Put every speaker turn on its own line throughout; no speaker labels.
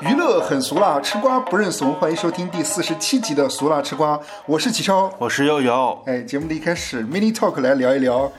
娱乐很俗辣，吃瓜不认怂。欢迎收听第四十七集的《俗辣吃瓜》，我是启超。
我是悠悠，
哎，节目的一开始，mini talk 来聊一聊，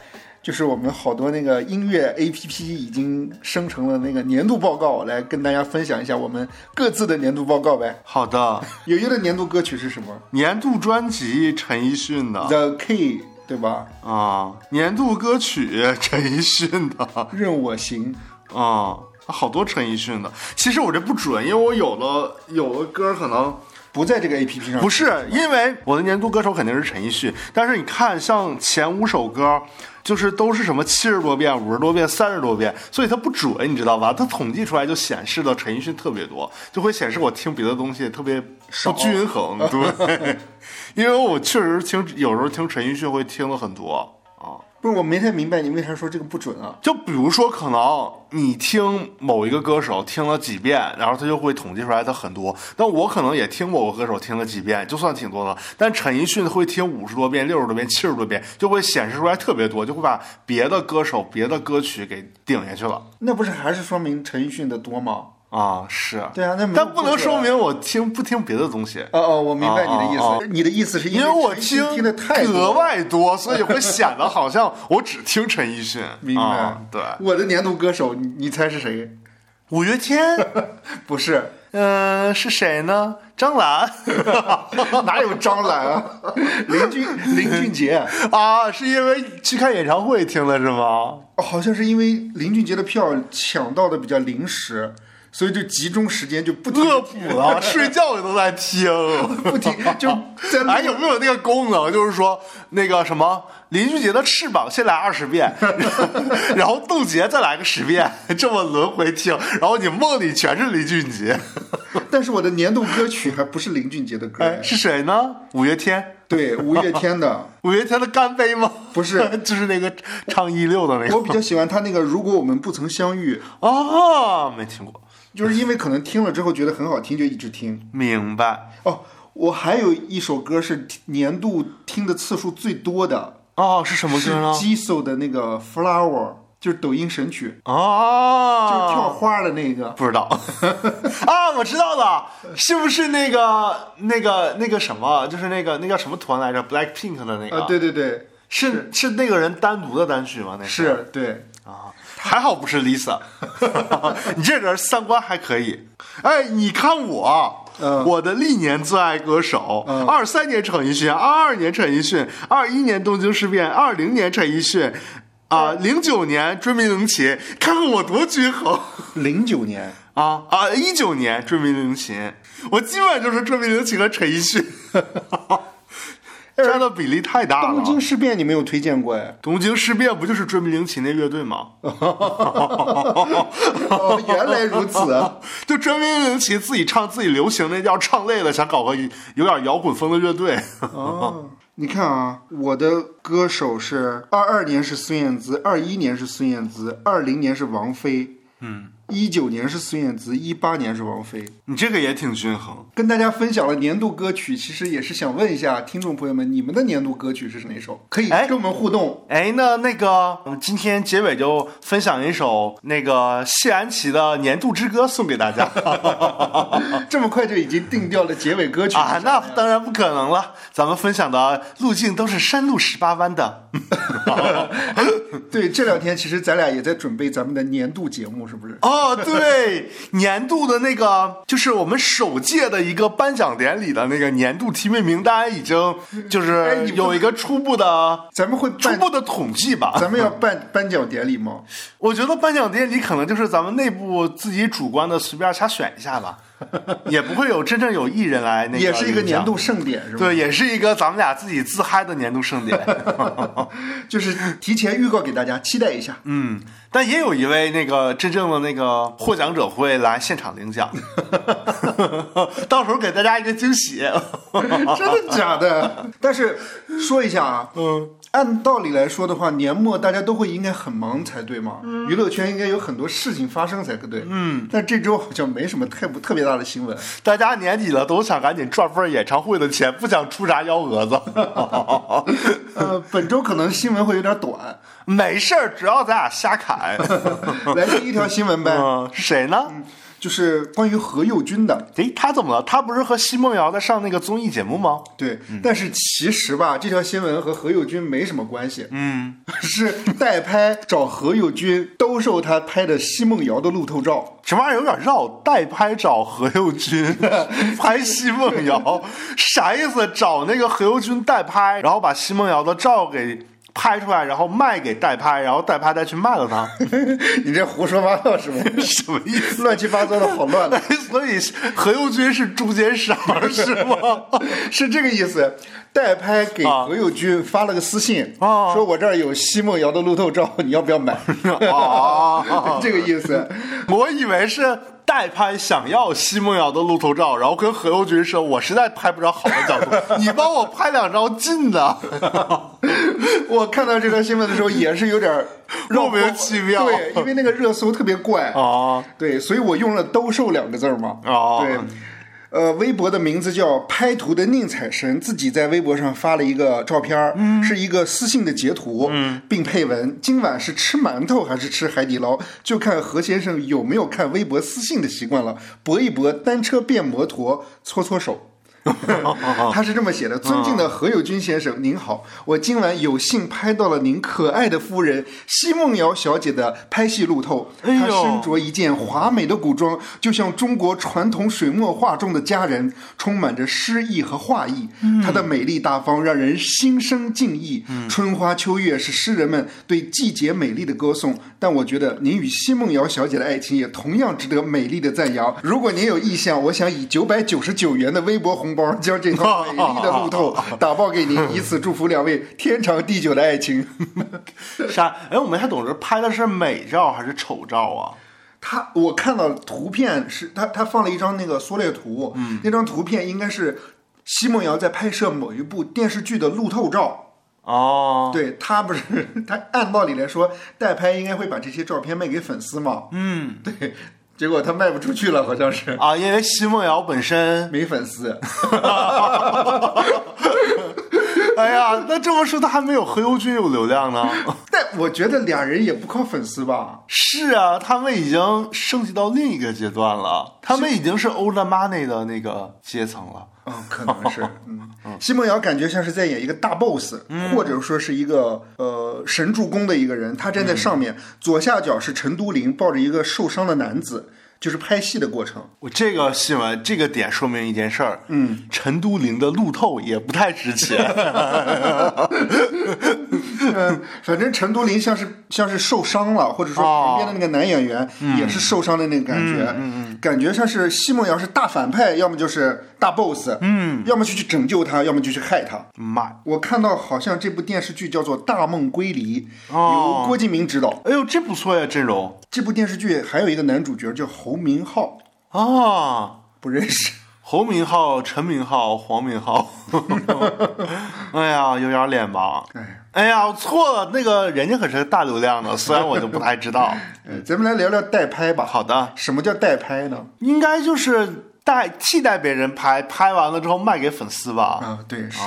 就是我们好多那个音乐 APP 已经生成了那个年度报告，来跟大家分享一下我们各自的年度报告呗。
好的，
友友的年度歌曲是什么
年度专辑陈奕迅的
？The Key，对吧？
啊，年度歌曲陈奕迅的
任我行。
啊，好多陈奕迅的。其实我这不准，因为我有了有了歌可能
不在这个 A P P 上，
不是，因为我的年度歌手肯定是陈奕迅，但是你看，像前五首歌，就是都是什么七十多遍、五十多遍、三十多遍，所以它不准，你知道吧？它统计出来就显示的陈奕迅特别多，就会显示我听别的东西特别不均衡，对， 因为我确实听，有时候听陈奕迅会听了很多啊。
不是我没太明白你为啥说这个不准啊？
就比如说，可能你听某一个歌手听了几遍，然后他就会统计出来他很多。但我可能也听某个歌手听了几遍，就算挺多的。但陈奕迅会听五十多遍、六十多遍、七十多遍，就会显示出来特别多，就会把别的歌手、别的歌曲给顶下去了
那不是还是说明陈奕迅的多吗？
啊！是，
对啊，那没有
但不能
出来
说明我听不听别的东西。
哦哦，我明白你的意思，
哦哦
你的意思是
因为我
陈奕迅听的太多
格
了
外多，所以会显得好像我只听陈奕迅。
明白、
啊对，
我的年度歌手，你你猜是谁？
五月天，
不是，
嗯、是谁呢？张兰。
哪有张兰啊？ 林俊林俊杰，
啊，是因为去看演唱会听的是吗？
哦好像是因为林俊杰的票抢到的比较临时，所以就集中时间就不停
乐谱了，睡觉也都 在听。
不停就在那
哎，有没有那个功能，就是说那个什么林俊杰的翅膀先来二十遍， 然后邓婕再来个十遍，这么轮回听，然后你梦里全是林俊杰。
但是我的年度歌曲还不是林俊杰的歌，
哎，是谁呢？五月天。
对，五月天 的。
五月天的《干杯》吗？
不是
就是那个唱一六的那
我
个
比较喜欢他那个《如果我们不曾相遇》，
啊，没听过，
就是因为可能听了之后觉得很好听，就一直听。
明白
哦，我还有一首歌是年度听的次数最多的，
哦，是什么
是
歌呢？
Jisoo 的那个《Flower》，就是抖音神曲，
啊，
就是跳花的那个。
不知道 啊，我知道了，是不是那个那个那个什么，就是那个那叫什么团来着？Black Pink 的那个，
啊，，对对对，
是是那个人单独的单曲吗？那个
是对。
啊，还好不是 Lisa，你这人三观还可以。哎，你看我。
嗯
我的历年最爱歌手，二三、年陈奕迅，二二年陈奕迅，二一年东京事变，二零年陈奕迅，啊、
嗯
零九年追名林奇，看看我多均衡。
零九年，
啊啊！一九年追名林琴，我基本就是追名林琴和陈奕 迅，占的比例太大了？
哎东。京事变你没有推荐过哎
东京事变不就是追名林琴的乐队吗？
哦，原来如 此啊！
就追名林琴自己唱自己流行那叫唱累了，想搞个有点摇滚风的乐队。
哦，你看啊，我的歌手是二二年是孙燕姿，二一年是孙燕姿，二零年是王菲，嗯，一九年是孙燕姿，一八年是王菲。
你这个也挺均衡。
跟大家分享了年度歌曲，其实也是想问一下听众朋友们，你们的年度歌曲是哪首？可以
哎
跟我们互动。
哎，那那个，我们今天结尾就分享一首那个谢安琪的年度之歌送给大 家
这么快就已经定掉了结尾歌曲
啊！那当然不可能了，咱们分享的路径都是山路十八弯的。
对，这两天其实咱俩也在准备咱们的年度节目，是不是？
哦，对，年度的那个就是我们首届的一个颁奖典礼的那个年度提名名单，已经就
哎
是
你不
有一个初步的
咱们会
初
办，
步的统计吧。
咱们要办颁奖典礼吗？
我觉得颁奖典礼可能就是咱们内部自己主观的随便瞎选一下吧， 也不会有真正有艺人来那个
也是一个
领
年
奖。
度盛典，是吧？
对，也是一个咱们俩自己自嗨的年度盛典，
就是提前预告给大家，期待一下。
嗯，但也有一位那个真正的那个获奖者会来现场 领奖， 到时候给大家一个惊喜。
真的假的？但是说一下啊，嗯，按道理来说的话，年末大家都会应该很忙才对嘛，
嗯
娱乐圈应该有很多事情发生才对，嗯，但这周好像没什么太不特别大的新闻，
大家年底了，都想赶紧赚份演唱会的钱，不想出啥幺 蛾子。
呃，本周可能新闻会有点短，
没事儿，只要咱俩瞎侃。
来第一条新闻呗，
嗯，是谁呢？
就是关于何猷君的。
诶，他怎么了？他不是和奚梦瑶在上那个综艺节目吗？
对，
嗯
但是其实吧，这条新闻和何猷君没什么关系。嗯， 是代拍找何猷君兜售他拍的奚梦瑶的路透照。
什么玩意儿有点绕，代拍找何猷君拍奚梦瑶，啥意思？找那个何猷君代拍，然后把奚梦瑶的照给拍出来，然后卖给代拍，然后代拍再去卖了他，
你这胡说八道是吗？
什么意思？
乱七八糟的，好乱 的，
所以何猷君是中间商是吗？
是这个意思。代拍给
啊
何猷君发了个私信，
啊
说我这儿有奚梦瑶的路透照，你要不要 买？
啊，
这个意思。
我以为是。代拍想要奚梦瑶的路透照，然后跟何猷君说：“我实在拍不着好的角度，你帮我拍两张近的。”
我看到这条新闻的时候也是有 点儿
莫名其妙
对，因为那个热搜特别怪，
哦
对，所以我用了“兜售”两个字儿嘛。
哦
对，呃，微博的名字叫“拍图的宁采臣”，自己在微博上发了一个照片儿，
嗯
是一个私信的截图，并配文：“今晚是吃馒头还是吃海底捞，就看何先生有没有看微博私信的习惯了。搏一搏，单车变摩托，搓搓手。”
啊
他是这么写的：“尊敬的何猷君先生，您好，我今晚有幸拍到了您可爱的夫人奚梦瑶小姐的拍戏路透。
哎呦
她身着一件华美的古装，就像中国传统水墨画中的佳人，充满着诗意和画意。
嗯
她的美丽大方让人心生敬意。春花秋月是诗人们对季节美丽的歌颂，但我觉得您与奚梦瑶小姐的爱情也同样值得美丽的赞扬。如果您有意向，我想以九百九十九元的微博红包将这套美丽的路 透打包给您，以此祝福两位天长地久的爱情。
啥？哎，我没太懂，这拍的是美照还是丑照啊？
他我看到图片是他他放了一张那个缩略图，那张图片应该是奚梦瑶在拍摄某一部电视剧的路透照。
哦，
对他不是他按道理来说代拍应该会把这些照片卖给粉丝嘛，嗯， 对，结果他卖不出去了，好像 是
啊，因为奚梦瑶本身，
没粉丝。
哎呀，那这么说他还没有何猷君有流量呢？
但我觉得俩人也不靠粉丝吧，
是啊，他们已经升级到另一个阶段了，他们已经是 old money 的那个阶层了。
嗯、可能是，嗯，奚梦瑶感觉像是在演一个大 boss，、或者说是一个呃神助攻的一个人，他站在上面，左下角是陈都灵抱着一个受伤的男子，就是拍戏的过程。
我这个新闻这个点说明一件事儿，嗯，陈都灵的路透也不太值钱。
嗯，反正陈都灵像是像是受伤了，或者说
哦
旁边的那个男演员也是受伤的那个感觉，感觉像是奚梦瑶是大反派，要么就是大 boss，嗯，要么就去拯救他，要么就去害他。
妈呀，
我看到好像这部电视剧叫做《大梦归离》，
哦
由郭敬明执导。
哎呦，这不错呀，阵容
这部电视剧还有一个男主角叫侯明昊，
啊。
不认识。
侯明昊、陈明昊、黄明 昊，哎呀，有点脸盲。哎呀，我错了，那个人家可是大流量的，虽然我就不太知 道。
呃咱们来聊聊代拍吧。
好的，
什么叫代拍呢？
应该就是代替代别人拍，拍完了之后卖给粉丝吧？
啊，对，是。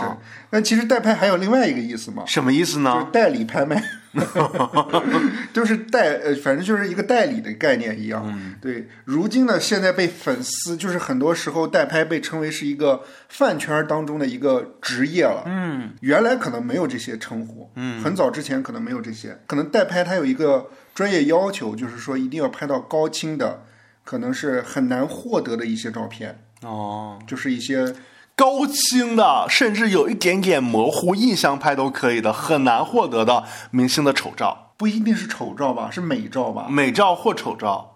但其实代拍还有另外一个意思嘛，
什么意思
就是
呢？
代理拍 卖，就是代呃，反正就是一个代理的概念一样。对，如今呢，现在被粉丝就是很多时候代拍被称为是一个饭圈当中的一个职业了。嗯，原来可能没有这些称呼。嗯，很早之前可能没有这些，可能代拍它有一个专业要求，就是说一定要拍到高清的，可能是很难获得的一些照片，
哦，
就是一些。
高清的，甚至有一点点模糊印象派都可以的，很难获得的明星的丑照、
不一定是丑照吧，是美照吧，
美照或丑照。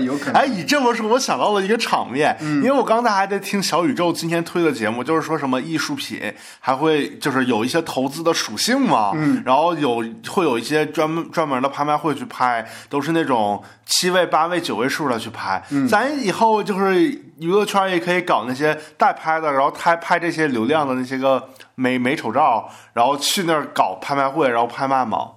有可能。嗯
哎，你这么说，我想到了一个场面，因为我刚才还在听小宇宙今天推的节目，就是说什么艺术品还会就是有一些投资的属性嘛，
嗯
然后有会有一些专门专门的拍卖会去拍，都是那种七位、八位、九位数的去拍。
嗯
咱以后就是娱乐圈也可以搞那些代拍的，然后拍拍这些流量的那些个美美丑照，然后去那儿搞拍卖会，然后拍卖 嘛。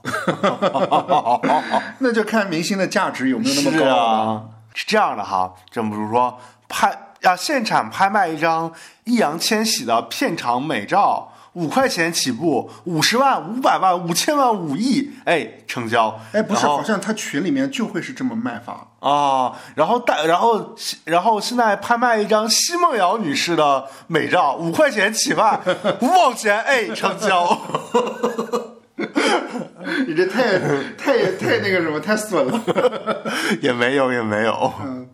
那就看明星的价值有没有那么
是
高了。
啊，是这样的哈，这比如说拍啊，现场拍卖一张易烊千玺的片场美照。五块钱起步，五十万、五百万、五千万、五亿，哎，成交。
哎，不是，
然后
好像他群里面就会是这么卖法。
啊，然后带，然后然后现在拍卖一张奚梦瑶女士的美照，五块钱起卖，五毛钱哎成交。
你这太太太那个什么，太损了。
也没有，也没有，
嗯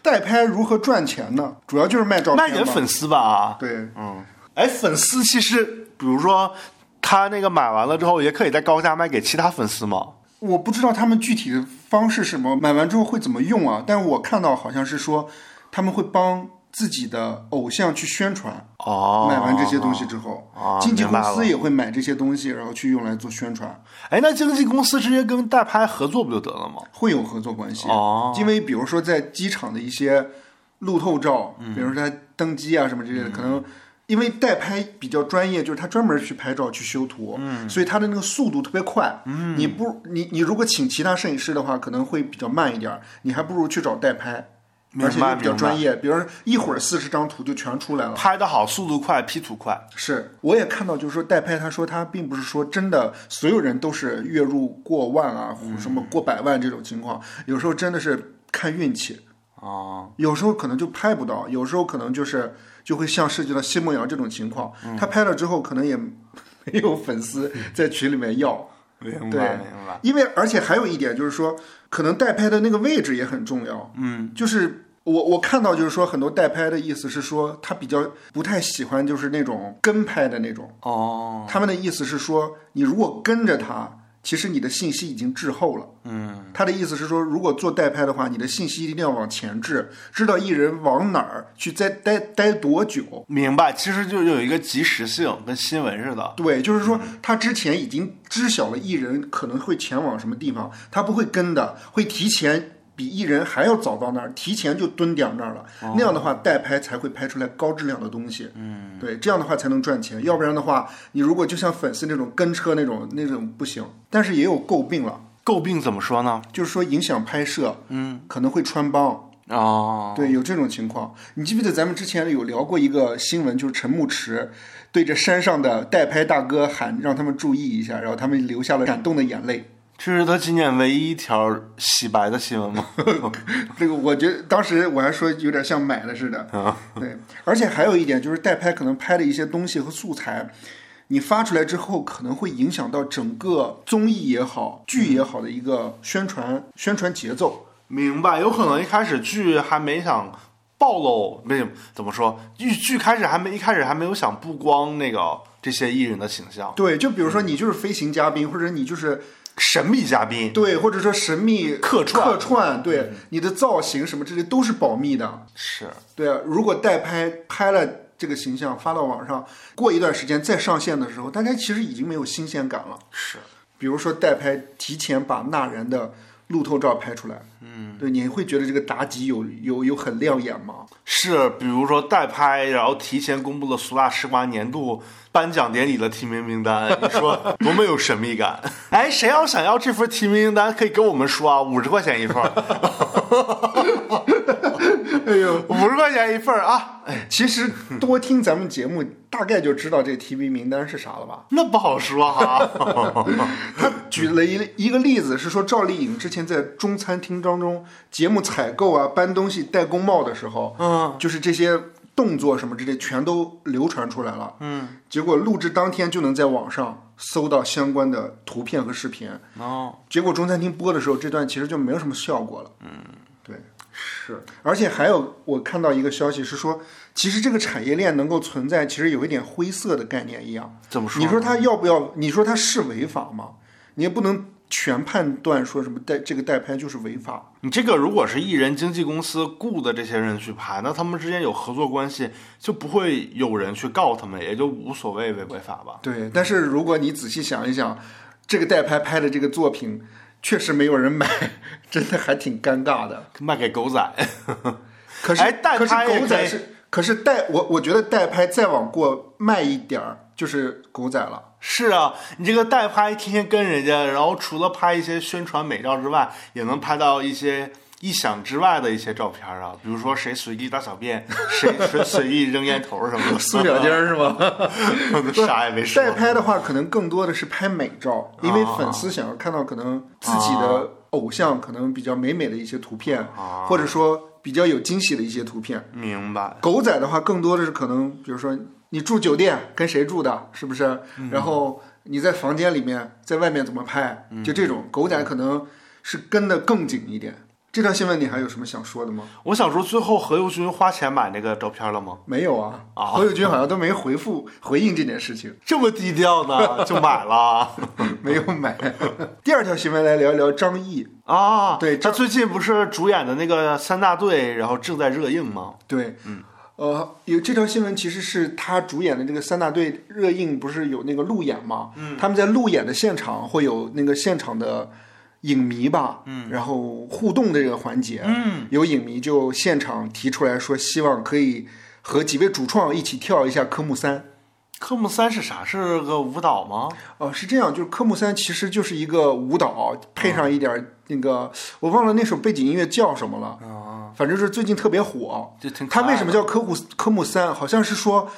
代拍如何赚钱呢？主要就是卖照片嘛
卖给粉丝吧。
对，
嗯，哎，粉丝其实，比如说他那个买完了之后，也可以在高价卖给其他粉丝嘛。
我不知道他们具体的方式是什么，买完之后会怎么用啊？但我看到好像是说他们会帮自己的偶像去宣传。
哦，
买完这些东西之后，
哦
经纪
明白
公
了
司也会买这些东西，然后去用来做宣传，
哎，那经纪公司直接跟代拍合作不就得了吗？
会有合作关系。
哦
因为比如说在机场的一些路透照，
嗯
比如说他登机啊什么之类的，可能。因为代拍比较专业，就是他专门去拍照去修图，
嗯
所以他的那个速度特别快。你不，你你如果请其他摄影师的话，可能会比较慢一点儿，你还不如去找代拍，
明白
而且也比较
明白
专业。比如说一会儿四十张图就全出来了，
拍的好，速度快，P 图快。
是，我也看到，就是说代拍，他说他并不是说真的所有人都是月入过万啊，
嗯
什么过百万这种情况，有时候真的是看运气，
哦，
有时候可能就拍不到，有时候可能就是就会像涉及到奚梦瑶这种情况，
嗯
他拍了之后可能也没有粉丝在群里面要，
明
对
白明白。
因为而且还有一点就是说，可能代拍的那个位置也很重要，嗯，就是。我我看到就是说很多代拍的意思是说他比较不太喜欢就是那种跟拍的那种，
哦，
他们的意思是说，你如果跟着他，其实你的信息已经滞后了。嗯，他的意思是说，如果做代拍的话，你的信息一定要往前置，知道艺人往哪儿去再待待多久。
明白。其实就有一个及时性，跟新闻似的。
对，就是说他之前已经知晓了艺人可能会前往什么地方，他不会跟的，会提前。比艺人还要早到那儿，提前就蹲点儿那儿了。那样的话，代拍才会拍出来高质量的东西。嗯，对，这样的话才能赚钱。要不然的话，你如果就像粉丝那种跟车那种那种不行。但是也有诟病了，
诟病怎么说呢？
就是说影响拍摄，嗯，可能会穿帮。
哦，
对，有这种情况。你记不记得咱们之前有聊过一个新闻，就是陈牧驰对着山上的代拍大哥喊，让他们注意一下，然后他们流下了感动的眼泪。
这是他今年唯一一条洗白的新 闻吗？
这个我觉得当时我还说有点像买了似的对，而且还有一点就是代拍可能拍的一些东西和素材，你发出来之后可能会影响到整个综艺也好、剧也好的一个宣传宣传节奏。
明白，有可能一开始剧还没想暴露，没有怎么说，剧剧开始还没一开始还没有想曝光那个这些艺人的形象，
对，就比如说你就是飞行嘉宾，或者你就是
神秘嘉宾
对，或者说神秘
客串嗯
客串，对，你的造型什么这些都是保密的。
是
对啊，如果代拍拍了。这个形象发到网上，过一段时间再上线的时候，大家其实已经没有新鲜感了。
是，
比如说代拍提前把那人的路透照拍出来，嗯，对，你会觉得这个妲己有有有很亮眼 吗？
是，比如说代拍，然后提前公布了苏大吃瓜年度颁奖典礼的提名名单，你说多么有神 秘感？哎，谁要想要这份提名名单，可以跟我们说啊，五十块钱一份儿，
哎呦，
五十块钱一份儿啊，哎，
其实多听咱们节目，大概就知道这提名名单是啥了吧？
那不好说哈、
他举了一一个例子，是说赵丽颖之前在中餐厅当中节目采购啊、搬东西、戴公帽的时候，
嗯，
就是这些动作什么之类全都流传出来了，嗯，结果录制当天就能在网上搜到相关的图片和视频，
哦，
结果中餐厅播的时候，这段其实就没有什么效果了。嗯，对，
是，
而且还有我看到一个消息是说，其实这个产业链能够存在，其实有一点灰色的概念一样。
怎么说？
你说它要不要？你说它是违法吗？你也不能全判断说什么代这个代拍就是违法。
你这个如果是艺人经纪公司雇的这些人去拍，那他们之间有合作关系，就不会有人去告他们，也就无所谓违不违法吧。
对，但是如果你仔细想一想，这个代拍拍的这个作品确实没有人买，真的还挺尴尬的。
卖给狗仔，
可是，
哎代
可是
拍也
狗
可
仔
以
是，可是代我我觉得代拍再往过卖一点儿就是狗仔了。
是啊，你这个代拍天天跟人家，然后除了拍一些宣传美照之外，也能拍到一些意想之外的一些照片啊，比如说谁随地大小便， 谁随随意扔烟头什么的，
四小 精儿是吗？
啥也没说。
代拍的话，可能更多的是拍美照，因为粉丝想要看到可能自己的偶像可能比较美美的一些图片，或者说比较有惊喜的一些图片。
明白，
狗仔的话，更多的是可能，比如说你住酒店跟谁住的，是不是？然后你在房间里面，在外面怎么拍，就这种狗仔可能是跟的更紧一点。这条新闻你还有什么想说的吗？
我想说，最后何猷君花钱买那个照片了吗？
没有啊，侯友军好像都没回复回应这件事情，
这么低调 呢，就买了
没有买。第二条新闻来聊一聊张译，
啊？
对
他最近不是主演的那个《三大队》，然后正在热映吗？
对，嗯，呃，有这条新闻其实是他主演的这个三大队热映，不是有那个路演吗？嗯，他们在路演的现场会有那个现场的影迷吧，嗯，然后互动的这个环节，嗯，有影迷就现场提出来说，希望可以和几位主创一起跳一下科目三。
科目三是啥？是个舞蹈吗？
哦，是这样，就是科目三其实就是一个舞蹈，配上一点儿那个，我忘了那首背景音乐叫什么了，啊，反正就是最近特别火。
就挺
它为什
么
么叫科目科目三？好像是说，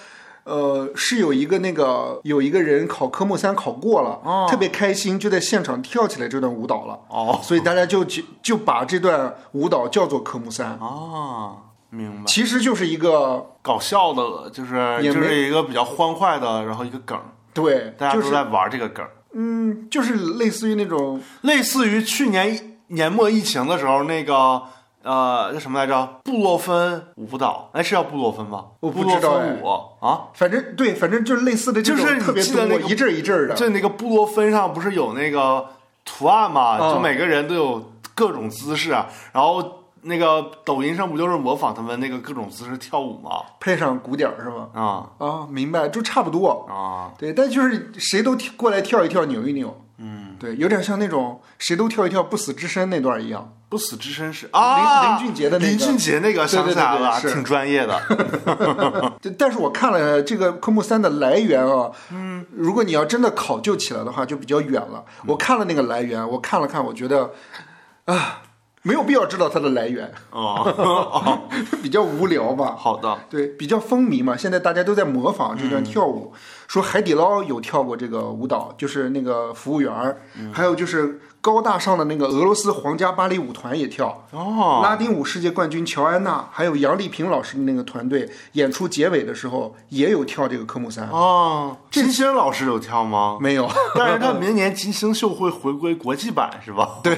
呃，是有一个那个有一个人考科目三考过了，
哦
特别开心，就在现场跳起来这段舞蹈了，
哦
所以大家就就就把这段舞蹈叫做科目三，
啊，明白。
其实就是一个
搞笑的，就是
也没
就是一个比较欢快的，然后一个梗，
对，
大家
就
都在
是
玩这个梗，
嗯，就是类似于那种
类似于去年年末疫情的时候那个。呃，叫什么来着？布洛芬舞蹈，哎，是叫布洛芬吧？
我不
布洛
知道
芬舞啊，
反正对，反正就是类似的这种
就是你
特别
记
多
得，那个
一阵儿一阵儿的。
就那个布洛芬上不是有那个图案嘛？
嗯
就每个人都有各种姿势啊，然后那个抖音上不就是模仿他们那个各种姿势跳舞吗？
配上鼓点儿是吗？
啊
啊，明白，就差不多。
啊，
对，但就是谁都跳过来跳一跳，扭一扭。嗯，对，有点像那种谁都跳一跳不死之身那段一样。
不死之身是啊，
林林俊杰的那个
林俊杰那个想起来了，
对对对对是
挺 专业的。
对，但是我看了这个科目三的来源啊，嗯，如果你要真的考究起来的话，就比较远了。我看了那个来源，我看了看，我觉得啊，没有必要知道它的来源，
哦，
比较无聊吧。
好的，
对，比较风靡嘛，现在大家都在模仿这
嗯
段跳舞，说海底捞有跳过这个舞蹈，就是那个服务员儿，
嗯
还有就是高大上的那个俄罗斯皇家芭蕾舞团也跳，
哦，
拉丁舞世界冠军乔安娜，还有杨丽萍老师的那个团队演出结尾的时候也有跳这个科目三，
哦，金星老师有跳吗？
没有，
但是他明年金星秀会回归国际版是吧？对，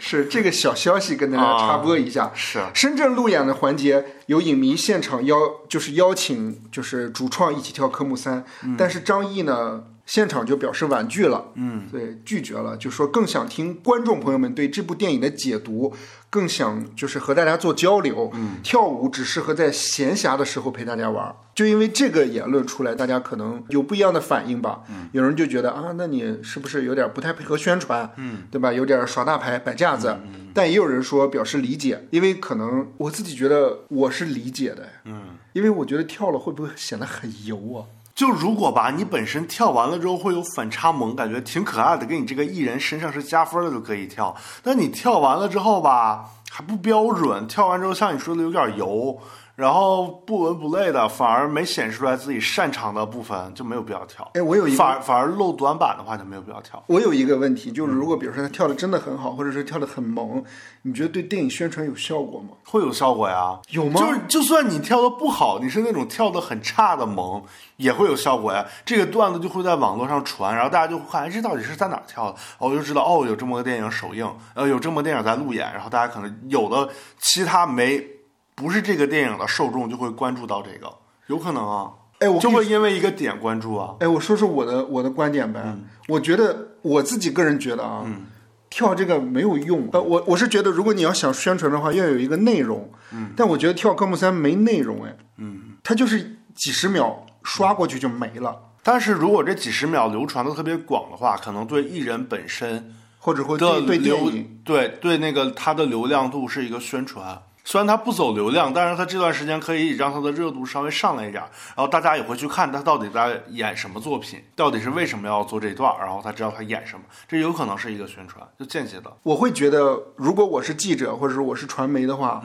是这个小消息跟大家插播一下，
是啊
深圳路演的环节，有影迷现场邀，就是邀请就是主创一起跳科目三，但是张译呢，现场就表示婉拒了，嗯，对，拒绝了，就说更想听观众朋友们对这部电影的解读，更想就是和大家做交流，嗯，跳舞只适合在闲暇的时候陪大家玩儿。就因为这个言论出来，大家可能有不一样的反应吧，嗯，有人就觉得啊，那你是不是有点不太配合宣传，嗯，对吧？有点耍大牌摆架子，但也有人说表示理解，因为可能我自己觉得我是理解的，嗯，因为我觉得跳了会不会显得很油啊？
就如果吧，你本身跳完了之后会有反差萌，感觉挺可爱的，跟你这个艺人身上是加分的，就可以跳。但你跳完了之后吧，还不标准，跳完之后像你说的有点油，然后不伦不类的，反而没显示出来自己擅长的部分，就没有必要跳。
哎，我有一
反
个。
而反而露短板的话就没有必要跳。
我有一个问题，就是如果比如说他跳的真的很好，或者是跳的很萌，你觉得对电影宣传有效果吗？
会有效果呀？
有吗
就是就算你跳的不好，你是那种跳的很差的萌，也会有效果呀。这个段子就会在网络上传，然后大家就会看，哎，这到底是在哪儿跳的？然后我就知道，哦，有这么个电影首映，呃，有这么个电影在路演，然后大家可能有的其他没不是这个电影的受众就会关注到这个，有可能啊，
哎，我
就
跟你
会因为一个点关注啊。
哎，我说说我的我的观点呗。我觉得我自己个人觉得啊，跳这个没有用。呃，我我是觉得，如果你要想宣传的话，要有一个内容。嗯，但我觉得跳科目三没内容，哎，嗯，它就是几十秒刷过去就没了，
但是如果这几十秒流传的特别广的话，可能对艺人本身
或者会
的
对对电
流
影。
对对那个它的流量度是一个宣传，虽然它不走流量，但是它这段时间可以让它的热度稍微上来一点儿，然后大家也会去看它到底在演什么作品，到底是为什么要做这段儿，然后他知道他演什么，这有可能是一个宣传，就间接的。
我会觉得，如果我是记者或者是我是传媒的话，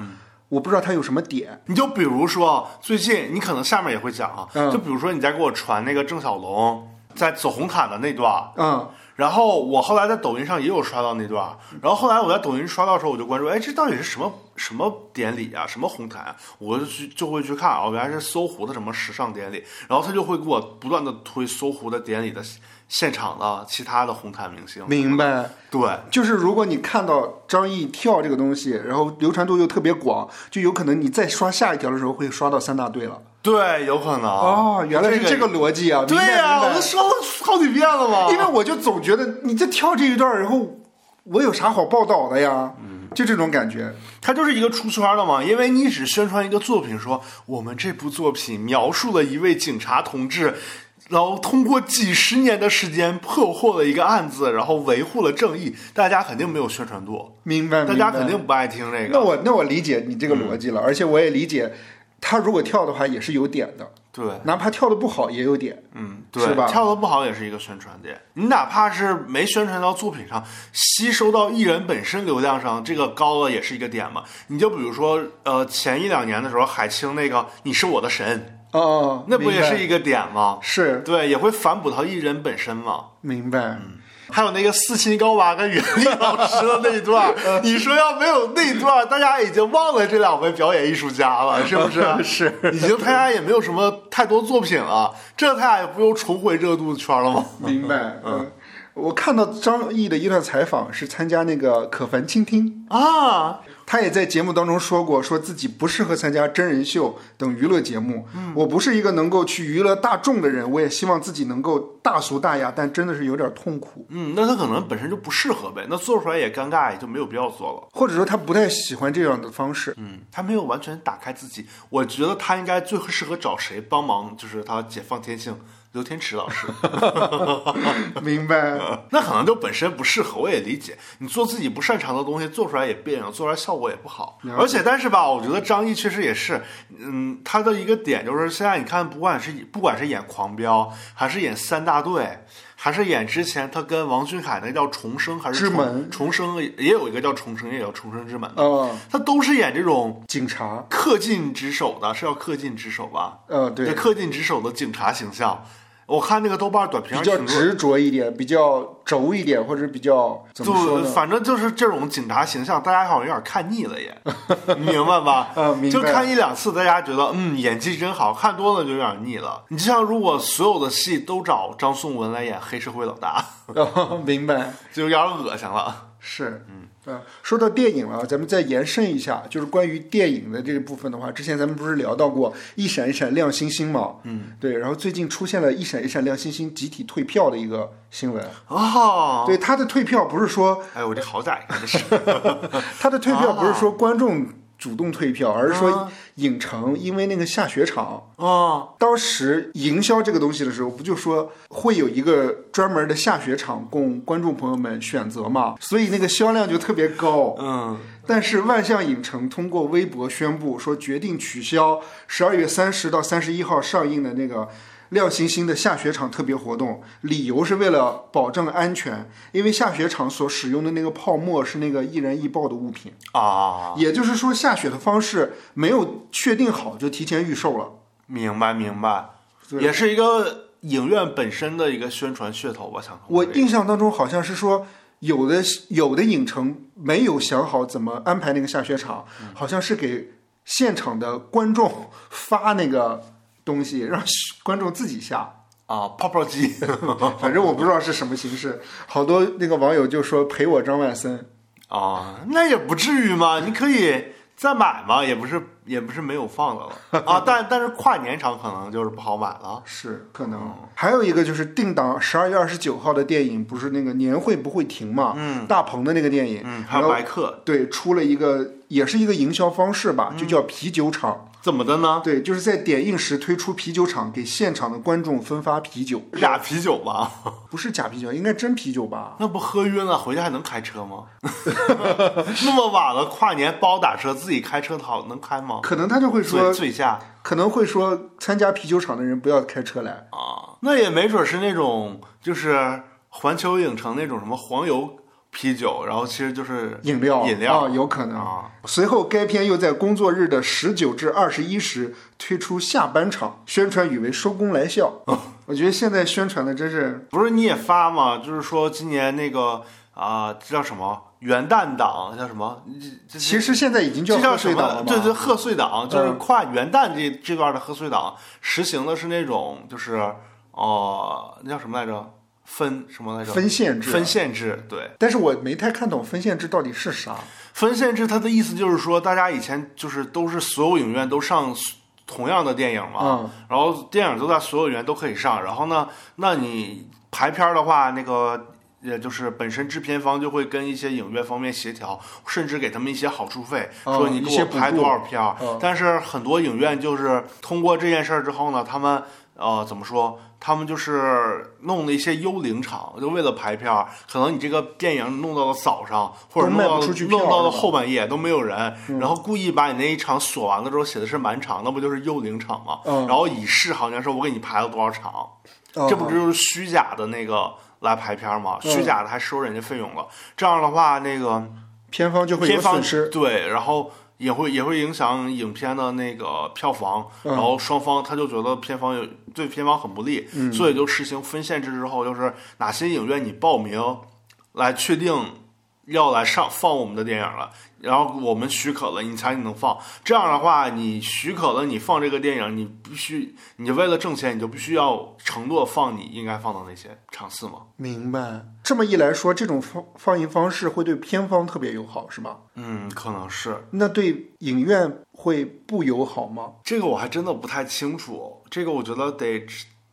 我不知道他有什么点，
你就比如说，最近你可能下面也会讲啊，
嗯
就比如说你在给我传那个郑晓龙在走红毯的那段，
嗯，
然后我后来在抖音上也有刷到那段，然后后来我在抖音刷到的时候，我就关注，哎，这到底是什么什么典礼啊，什么红毯啊、我就去就会去看啊，原来是搜狐的什么时尚典礼，然后他就会给我不断的推搜狐的典礼的现场的其他的红毯明星，
明白。
对，
就是如果你看到张译跳这个东西，然后流传度又特别广，就有可能你再刷下一条的时候会刷到三大队了。
对，有可能。
哦，原来是这
这
个
个
逻辑啊！
对呀、
呀、
我都说了好几遍了嘛。
因为我就总觉得你这跳这一段，然后我有啥好报道的呀？
嗯
就这种感觉。
它就是一个出圈的嘛，因为你只宣传一个作品说，我们这部作品描述了一位警察同志，然后通过几十年的时间破获了一个案子，然后维护了正义，大家肯定没有宣传度，
明白，
大家
明白
肯定不嗯爱听这
那
个。
我那我理解你这个逻辑了，而且我也理解，他如果跳的话也是有点的，
对，
哪怕跳的不好也有点。
嗯，对，
是吧
跳的不好也是一个宣传点。你哪怕是没宣传到作品上，吸收到艺人本身流量上，这个高了也是一个点嘛。你就比如说，呃，前一两年的时候，海清那个《你是我的神》，
哦哦，
那不也
明
是
白
一个点吗？
是
对，也会反哺到艺人本身嘛。
明白？
还有那个四清高娃跟袁立老师的那一段儿，你说要没有那一段儿，大家已经忘了这两位表演艺术家了，是不是？
是，
已经他俩也没有什么太多作品了，这他俩也不又重回热度圈了吗？
明白。嗯，我看到张译的一段采访是参加那个可凡倾听，
啊，
他也在节目当中说过，说自己不适合参加真人秀等娱乐节目。我不是一个能够去娱乐大众的人，我也希望自己能够大俗大雅，但真的是有点痛苦，
嗯，那他可能本身就不适合呗，那做出来也尴尬，也就没有必要做了。
或者说他不太喜欢这样的方式。
嗯，他没有完全打开自己，我觉得他应该最适合找谁帮忙，就是他解放天性，刘天池老师。
明白？
那可能就本身不适合，我也理解。你做自己不擅长的东西，做出来也别扭，做出来效果也不好。而且，但是吧，我觉得张译确实也是，嗯，他的一个点就是现在你看，不管是不管是演《狂飙》，还是演《三大队》，还是演之前他跟王俊凯那个叫《重生》还是
之
重
门
重生也有一个叫《重生》，也有《重生之门》的，
哦，
他都是演这种
警察，
恪尽职守的，是要恪尽职守吧？
呃，
这
对，
恪尽职守的警察形象。我看那个豆瓣短评
比
上
较
评论
执着一点，比较轴一点，或者比较怎么说
就
呢？
反正就是这种警察形象，大家好像有点看腻了 也，你明白吧？
啊明白
就看一两次，大家觉得嗯演技真好，看多了就有点腻了。你就像如果所有的戏都找张颂文来演黑社会老大，
哦， 明白。
就有点恶心了。
是，嗯，说到电影了，咱们再延伸一下，就是关于电影的这个部分的话，之前咱们不是聊到过《一闪一闪亮星星》嘛，嗯，对，然后最近出现了《一闪一闪亮星星》集体退票的一个新闻，
哦，
对，他的退票不是说
哎，我这好歹真的是
他的退票不是说观众主动退票，而是说影城因为那个下雪场，
哦，
当时营销这个东西的时候，不就说会有一个专门的下雪场供观众朋友们选择嘛？所以那个销量就特别高。
嗯，
但是万象影城通过微博宣布说，决定取消十二月三十到三十一号上映的那个。亮星星的下雪场特别活动，理由是为了保证安全，因为下雪场所使用的那个泡沫是那个易燃易爆的物品，
啊，
也就是说下雪的方式没有确定好就提前预售了。
明白明白，
对
也是一个影院本身的一个宣传噱头吧，想通过
我
这个
印象当中好像是说，有的有的影城没有想好怎么安排那个下雪场，
嗯
好像是给现场的观众发那个东西，让 观众自己 下。
啊泡泡机
反正我不知道是什么形式，好多那个网友就说陪我张万森。
啊，那也不至于嘛，你可以再买嘛，也不是也不是没有放的了啊。但但是跨年场可能就是不好买了。
是可
哦
能，还有一个就是定档十二月二十九号的电影，不是那个年会不会停嘛？嗯，大鹏的那个电影，
嗯，还
然
有
后
白客嗯
对出了一个也是一个营销方式吧，就叫啤酒厂。
怎么的呢？
对，就是在点映时推出啤酒厂，给现场的观众分发啤酒，
俩啤酒吧，
不是假啤酒，应该真啤酒吧？
那不喝晕了，回家还能开车吗？ 那么晚了，跨年包打车，自己开车好能开吗？
可能他就会
醉
说，
醉驾
可能会说参加啤酒厂的人不要开车来。
啊，那也没准是那种就是环球影城那种什么黄油啤酒，然后其实就是
饮料，
饮料
啊，有可能。
啊
随后，该片又在工作日的十九至二十一时推出下半场，宣传语为“收工来笑”
哦
我觉得现在宣传的真是
不是你也发吗？就是说今年那个啊、这叫什么元旦档叫什么？这这
其实现在已经叫
这叫
贺
什
岁档
么
了？吧？
对对，贺岁档就是
嗯
跨元旦这这段的贺岁档，实行的是那种就是哦，那叫什么来着？分什么来着？
分线制。啊
分线制，对，
但是我没太看懂分线制到底是啥。
分线制，它的意思就是说，大家以前就是都是所有影院都上同样的电影嘛，
嗯
然后电影都在所有影院都可以上，然后呢，那你排片儿的话，那个。也就是本身制片方就会跟一些影院方面协调，甚至给他们一些好处费，
嗯
说你
一
给
些
我
补
拍
助
多少片儿。
嗯
但是很多影院就是通过这件事儿之后呢，他们呃怎么说？他们就是弄了一些幽灵场，就为了排片儿。可能你这个电影弄到了早上，或者
都
弄
卖不
到
出去票
弄到了
是吧嗯
后半夜都没有人，然后故意把你那一场锁完了之后写的是满场，那不就是幽灵场吗？
嗯
然后以示好像说我给你排了多少场，这不
嗯
就是虚假的那个来排片儿吗？
嗯
虚假的还收人家费用了，这样的话那个
片方就会
片
有
方
损失。
对，然后也会也会影响影片的那个票房，
嗯
然后双方他就觉得片方有对片方很不利，
嗯
所以就实行分线制之后，就是哪些影院你报名来确定要来上放我们的电影了，然后我们许可了你才能放。这样的话，你许可了你放这个电影，你必须你为了挣钱，你就必须要承诺放你应该放的那些场次嘛。
明白。这么一来说，这种放放映方式会对片方特别友好，是吧？
嗯，可能是。
那对影院会不友好吗？
这个我还真的不太清楚，这个我觉得得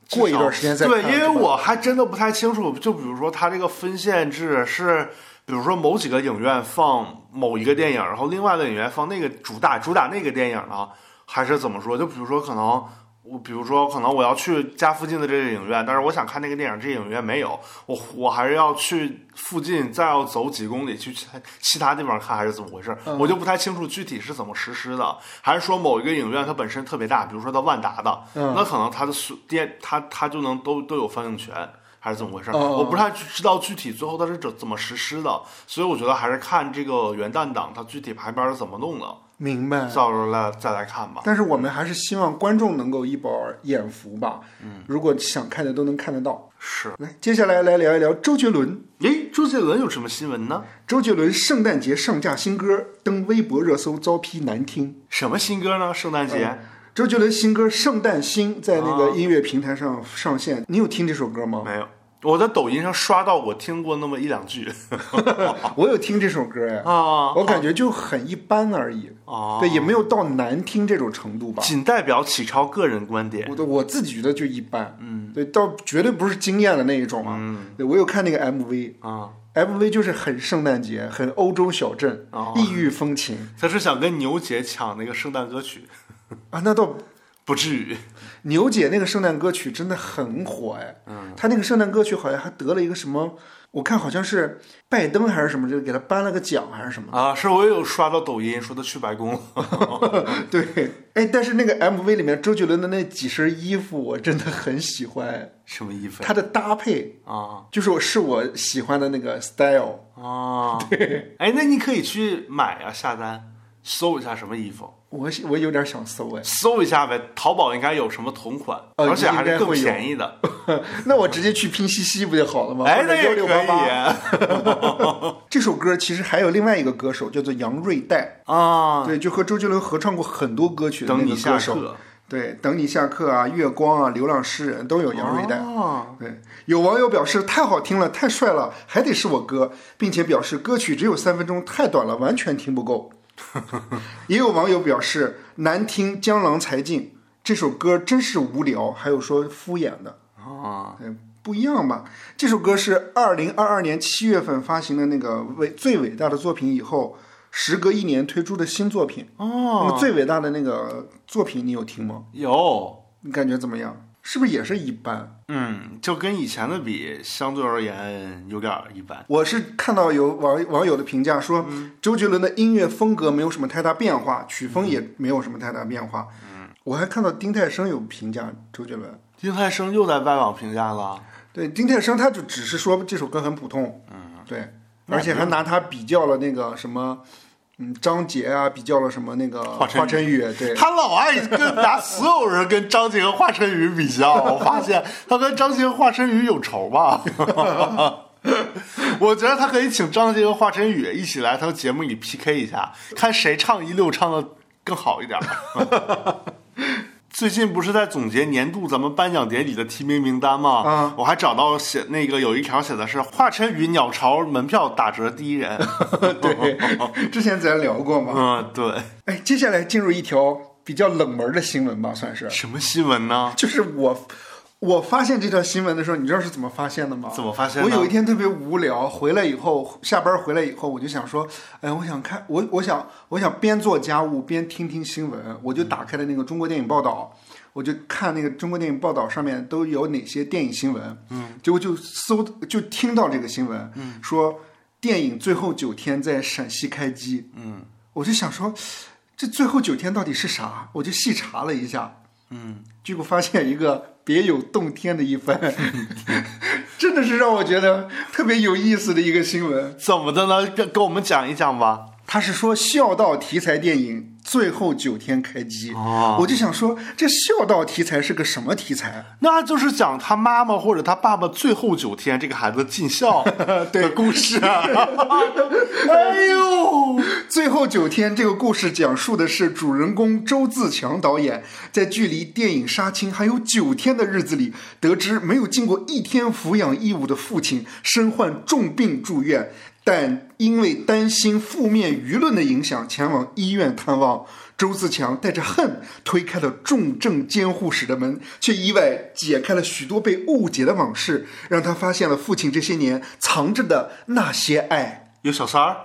至
过一
至少
段时间再
对，
看
因为
对吧
我还真的不太清楚。就比如说，它这个分线制是，比如说某几个影院放某一个电影，然后另外的影院放那个主打主打那个电影呢，还是怎么说？就比如说，可能我，比如说，可能我要去家附近的这个影院，但是我想看那个电影，这个影院没有，我我还是要去附近，再要走几公里去其他其他地方看，还是怎么回事？
嗯
我就不太清楚具体是怎么实施的，还是说某一个影院它本身特别大，比如说它万达的，
嗯
那可能它的所电它它就能都都有放映权。还是怎么回事？
哦哦
我不太知道具体最后它是怎怎么实施的，所以我觉得还是看这个元旦档它具体排片是怎么弄的，
明白。
到时候来再来看吧。
但是我们还是希望观众能够一饱眼福吧。嗯，如果想看的都能看得到。
是，
来，接下来来聊一聊周杰伦。
诶，周杰伦有什么新闻呢？
周杰伦圣诞节上架新歌，登微博热搜遭批难听。
什么新歌呢？圣诞节、
周杰伦新歌《圣诞星》在那个音乐平台上上线，你有听这首歌吗？
没有，我在抖音上刷到过，听过那么一两句
我有听这首歌哎，
啊
我感觉就很一般而已，
啊，
对，也没有到难听这种程度吧。
仅代表启超个人观点。
我的我自己觉得就一般，嗯，对，到绝对不是惊艳的那一种啊。对我有看那个 MV，MV
啊，
就是很圣诞节，很欧洲小镇，
哦
异域风情
他是想跟牛姐抢那个圣诞歌曲，
啊。那倒
不至于。
牛姐那个圣诞歌曲真的很火哎，嗯，她那个圣诞歌曲好像还得了一个什么，我看好像是拜登还是什么，就给她颁了个奖还是什 么。
啊，是我有刷到抖音说他去白宫了，
对，哎，但是那个 MV 里面周杰伦的那几身衣服我真的很喜欢，
什么衣服呀？
他的搭配
啊
就是我是我喜欢的那个 style。
啊，哎，那你可以去买啊，下单搜一下什么衣服，
我我有点想搜哎，
搜一下呗，淘宝应该有什么同款，
呃
而且还是
应该
更
会有
便宜的。
那我直接去拼夕夕不就好了吗？
哎，那
幺
也
六
可
八八。
以啊
这首歌其实还有另外一个歌手叫做杨瑞代，
啊。
对，就和周杰伦合唱过很多歌曲的
等
那
你
个
下
歌手。
课，
对，等你下课啊，月光啊，流浪诗人都有杨瑞代。
啊
对，有网友表示太好听了，太帅了，还得是我哥，并且表示歌曲只有三分钟，太短了，完全听不够。 也有网友表示难听，江郎才尽，这首歌真是无聊，还有说敷衍的，
啊，
对，不一样吧？这首歌是二零二二年七月份发行的那个伟最伟大的作品以后。时隔一年推出的新作品。那
哦，
么最伟大的那个作品，你有听吗？
有，
你感觉怎么样？是不是也是一般？
嗯，就跟以前的比，相对而言有点一般。
我是看到有网网友的评价说，
嗯
周杰伦的音乐风格没有什么太大变化，曲风也没有什么太大变化。嗯，我还看到丁太升有评价周杰伦，
丁太升又在外网评价了，
对丁太升他就只是说这首歌很普通，嗯，对，而且还拿他比较了那个什么，嗯，张杰啊，比较了什么那个
华晨宇
华晨宇， 对，
他老爱跟拿所有人跟张杰和华晨宇比较，我发现他跟张杰和华晨宇有仇吧。 我觉得他可以请张杰和华晨宇一起来他们节目里 PK 一下，看谁唱一溜唱的更好一点。最近不是在总结年度咱们颁奖典礼的提名名单吗？
啊
我还找到写那个有一条写的是华晨宇鸟巢门票打折第一人。
对，之前咱聊过嘛。
哦嗯，对，
哎，接下来进入一条比较冷门的新闻吧，算是，
什么新闻呢？
就是我我发现这条新闻的时候，你知道是怎么发现的吗？
怎么发现
我
的
有一天特别无聊，回来以后，下班回来以后，我就想说，哎，我想看，我我想我想边做家务边听听新闻，我就打开了那个中国电影报道。我就看那个中国电影报道上面都有哪些电影新闻，嗯，结果就搜就听到这个新闻，嗯，说电影《最后九天》在陕西开机，嗯，我就想说，这最后九天到底是啥？我就细查了一下，结果发现一个别有洞天的一番， 真的是让我觉得特别有意思的一个新闻。
怎么的呢？跟跟我们讲一讲吧。
他是说孝道题材电影最后九天开机，
哦
我就想说这孝道题材是个什么题材？啊
那就是讲他妈妈或者他爸爸最后九天这个孩子尽 孝的故事 啊。哎呦，
最后九天这个故事讲述的是主人公周自强导演在距离电影杀青还有九天的日子里，得知没有尽过一天抚养义务的父亲身患重病住院，但因为担心负面舆论的影响，前往医院探望。周自强带着恨推开了重症监护室的门，却意外解开了许多被误解的往事，让他发现了父亲这些年藏着的那些爱。
有小三儿，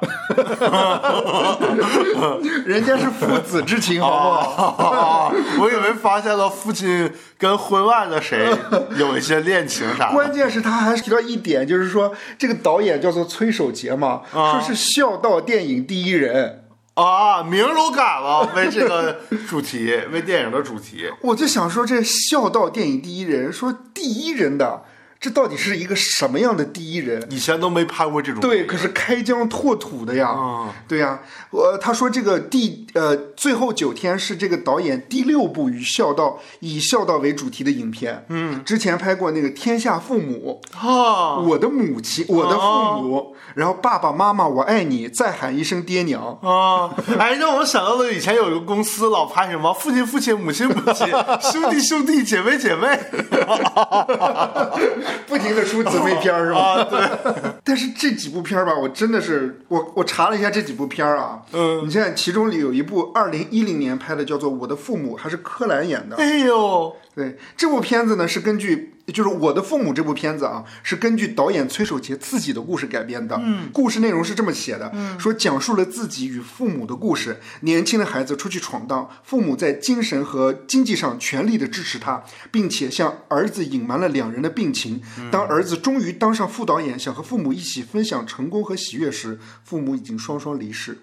人家是父子之情，好不好？
哦我以为发现了父亲跟婚外的谁有一些恋情 啥的。
关键是他还提到一点，就是说这个导演叫做崔守杰嘛，说是孝道电影第一人。
啊，明รู้感了，为这个主题，为电影的主题。
我就想说，这孝道电影第一人，说第一人的，这到底是一个什么样的第一人？
以前都没拍过这种，
对，可是开疆拓土的呀，
嗯
对呀、呃，他说这个第呃最后九天是这个导演第六部与孝道以孝道为主题的影片，嗯，之前拍过那个《天下父母》，
啊，
我的母亲，我的父母，然后爸爸妈妈，我爱你，再喊一声爹 娘。
啊，哎，让我想到了以前有一个公司老拍什么父亲父亲母亲母 亲兄弟兄弟姐妹姐妹
不停的出姊妹片儿是吧？
啊，对，
但是这几部片儿吧，我真的是我我查了一下这几部片儿啊，
嗯，
你像其中里有一部二零一零年拍的，叫做《我的父母》，还是柯蓝演的。
哎呦，
对，这部片子呢是根据就是《我的父母》这部片子啊，是根据导演崔守杰自己的故事改编的。嗯，故事内容是这么写的：说讲述了自己与父母的故事。年轻的孩子出去闯荡，父母在精神和经济上全力的支持他，并且向儿子隐瞒了两人的病情。当儿子终于当上副导演，想和父母一起分享成功和喜悦时，父母已经双双离世。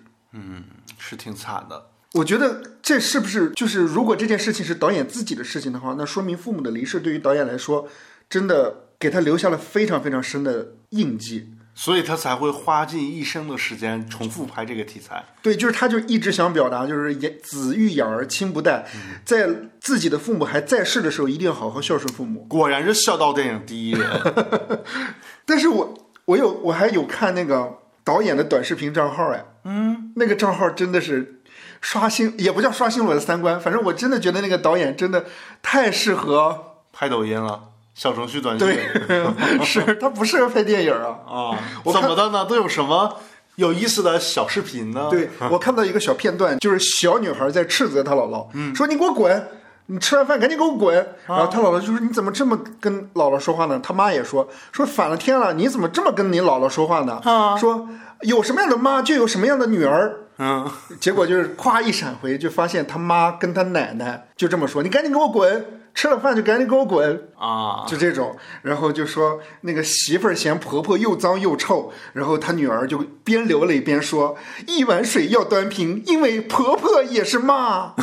是挺惨的。
我觉得这是不是就是，如果这件事情是导演自己的事情的话，那说明父母的离世对于导演来说，真的给他留下了非常非常深的印记。
所以他才会花尽一生的时间重复拍这个题材。
对，就是他就一直想表达，就是养子欲养而亲不待，在自己的父母还在世的时候，一定要好好孝顺父母。
果然是孝道电影第一人
但是我我有我还有看那个导演的短视频账号哎，嗯，那个账号真的是刷新，也不叫刷新我的三观，反正我真的觉得那个导演真的太适合。
拍抖音了，小程序短剧
对， 是他不适合拍电影啊。
啊，
我
怎
看
么的呢？都有什么有意思的小视频呢？
对我看到一个小片段，就是小女孩在斥责她姥姥，说你给我滚。你吃完饭赶紧给我滚！然后她姥姥就说：“你怎么这么跟姥姥说话呢？”他妈也说：“说反了天了，你怎么这么跟你姥姥说话呢？”说有什么样的妈就有什么样的女儿。
嗯，
结果就是咵一闪回，就发现他妈跟他奶奶就这么说：“你赶紧给我滚！吃了饭就赶紧给我滚！”
啊，
就这种，然后就说那个媳妇儿嫌婆婆又脏又臭，然后她女儿就边流泪边说：“一碗水要端平，因为婆婆也是 妈。”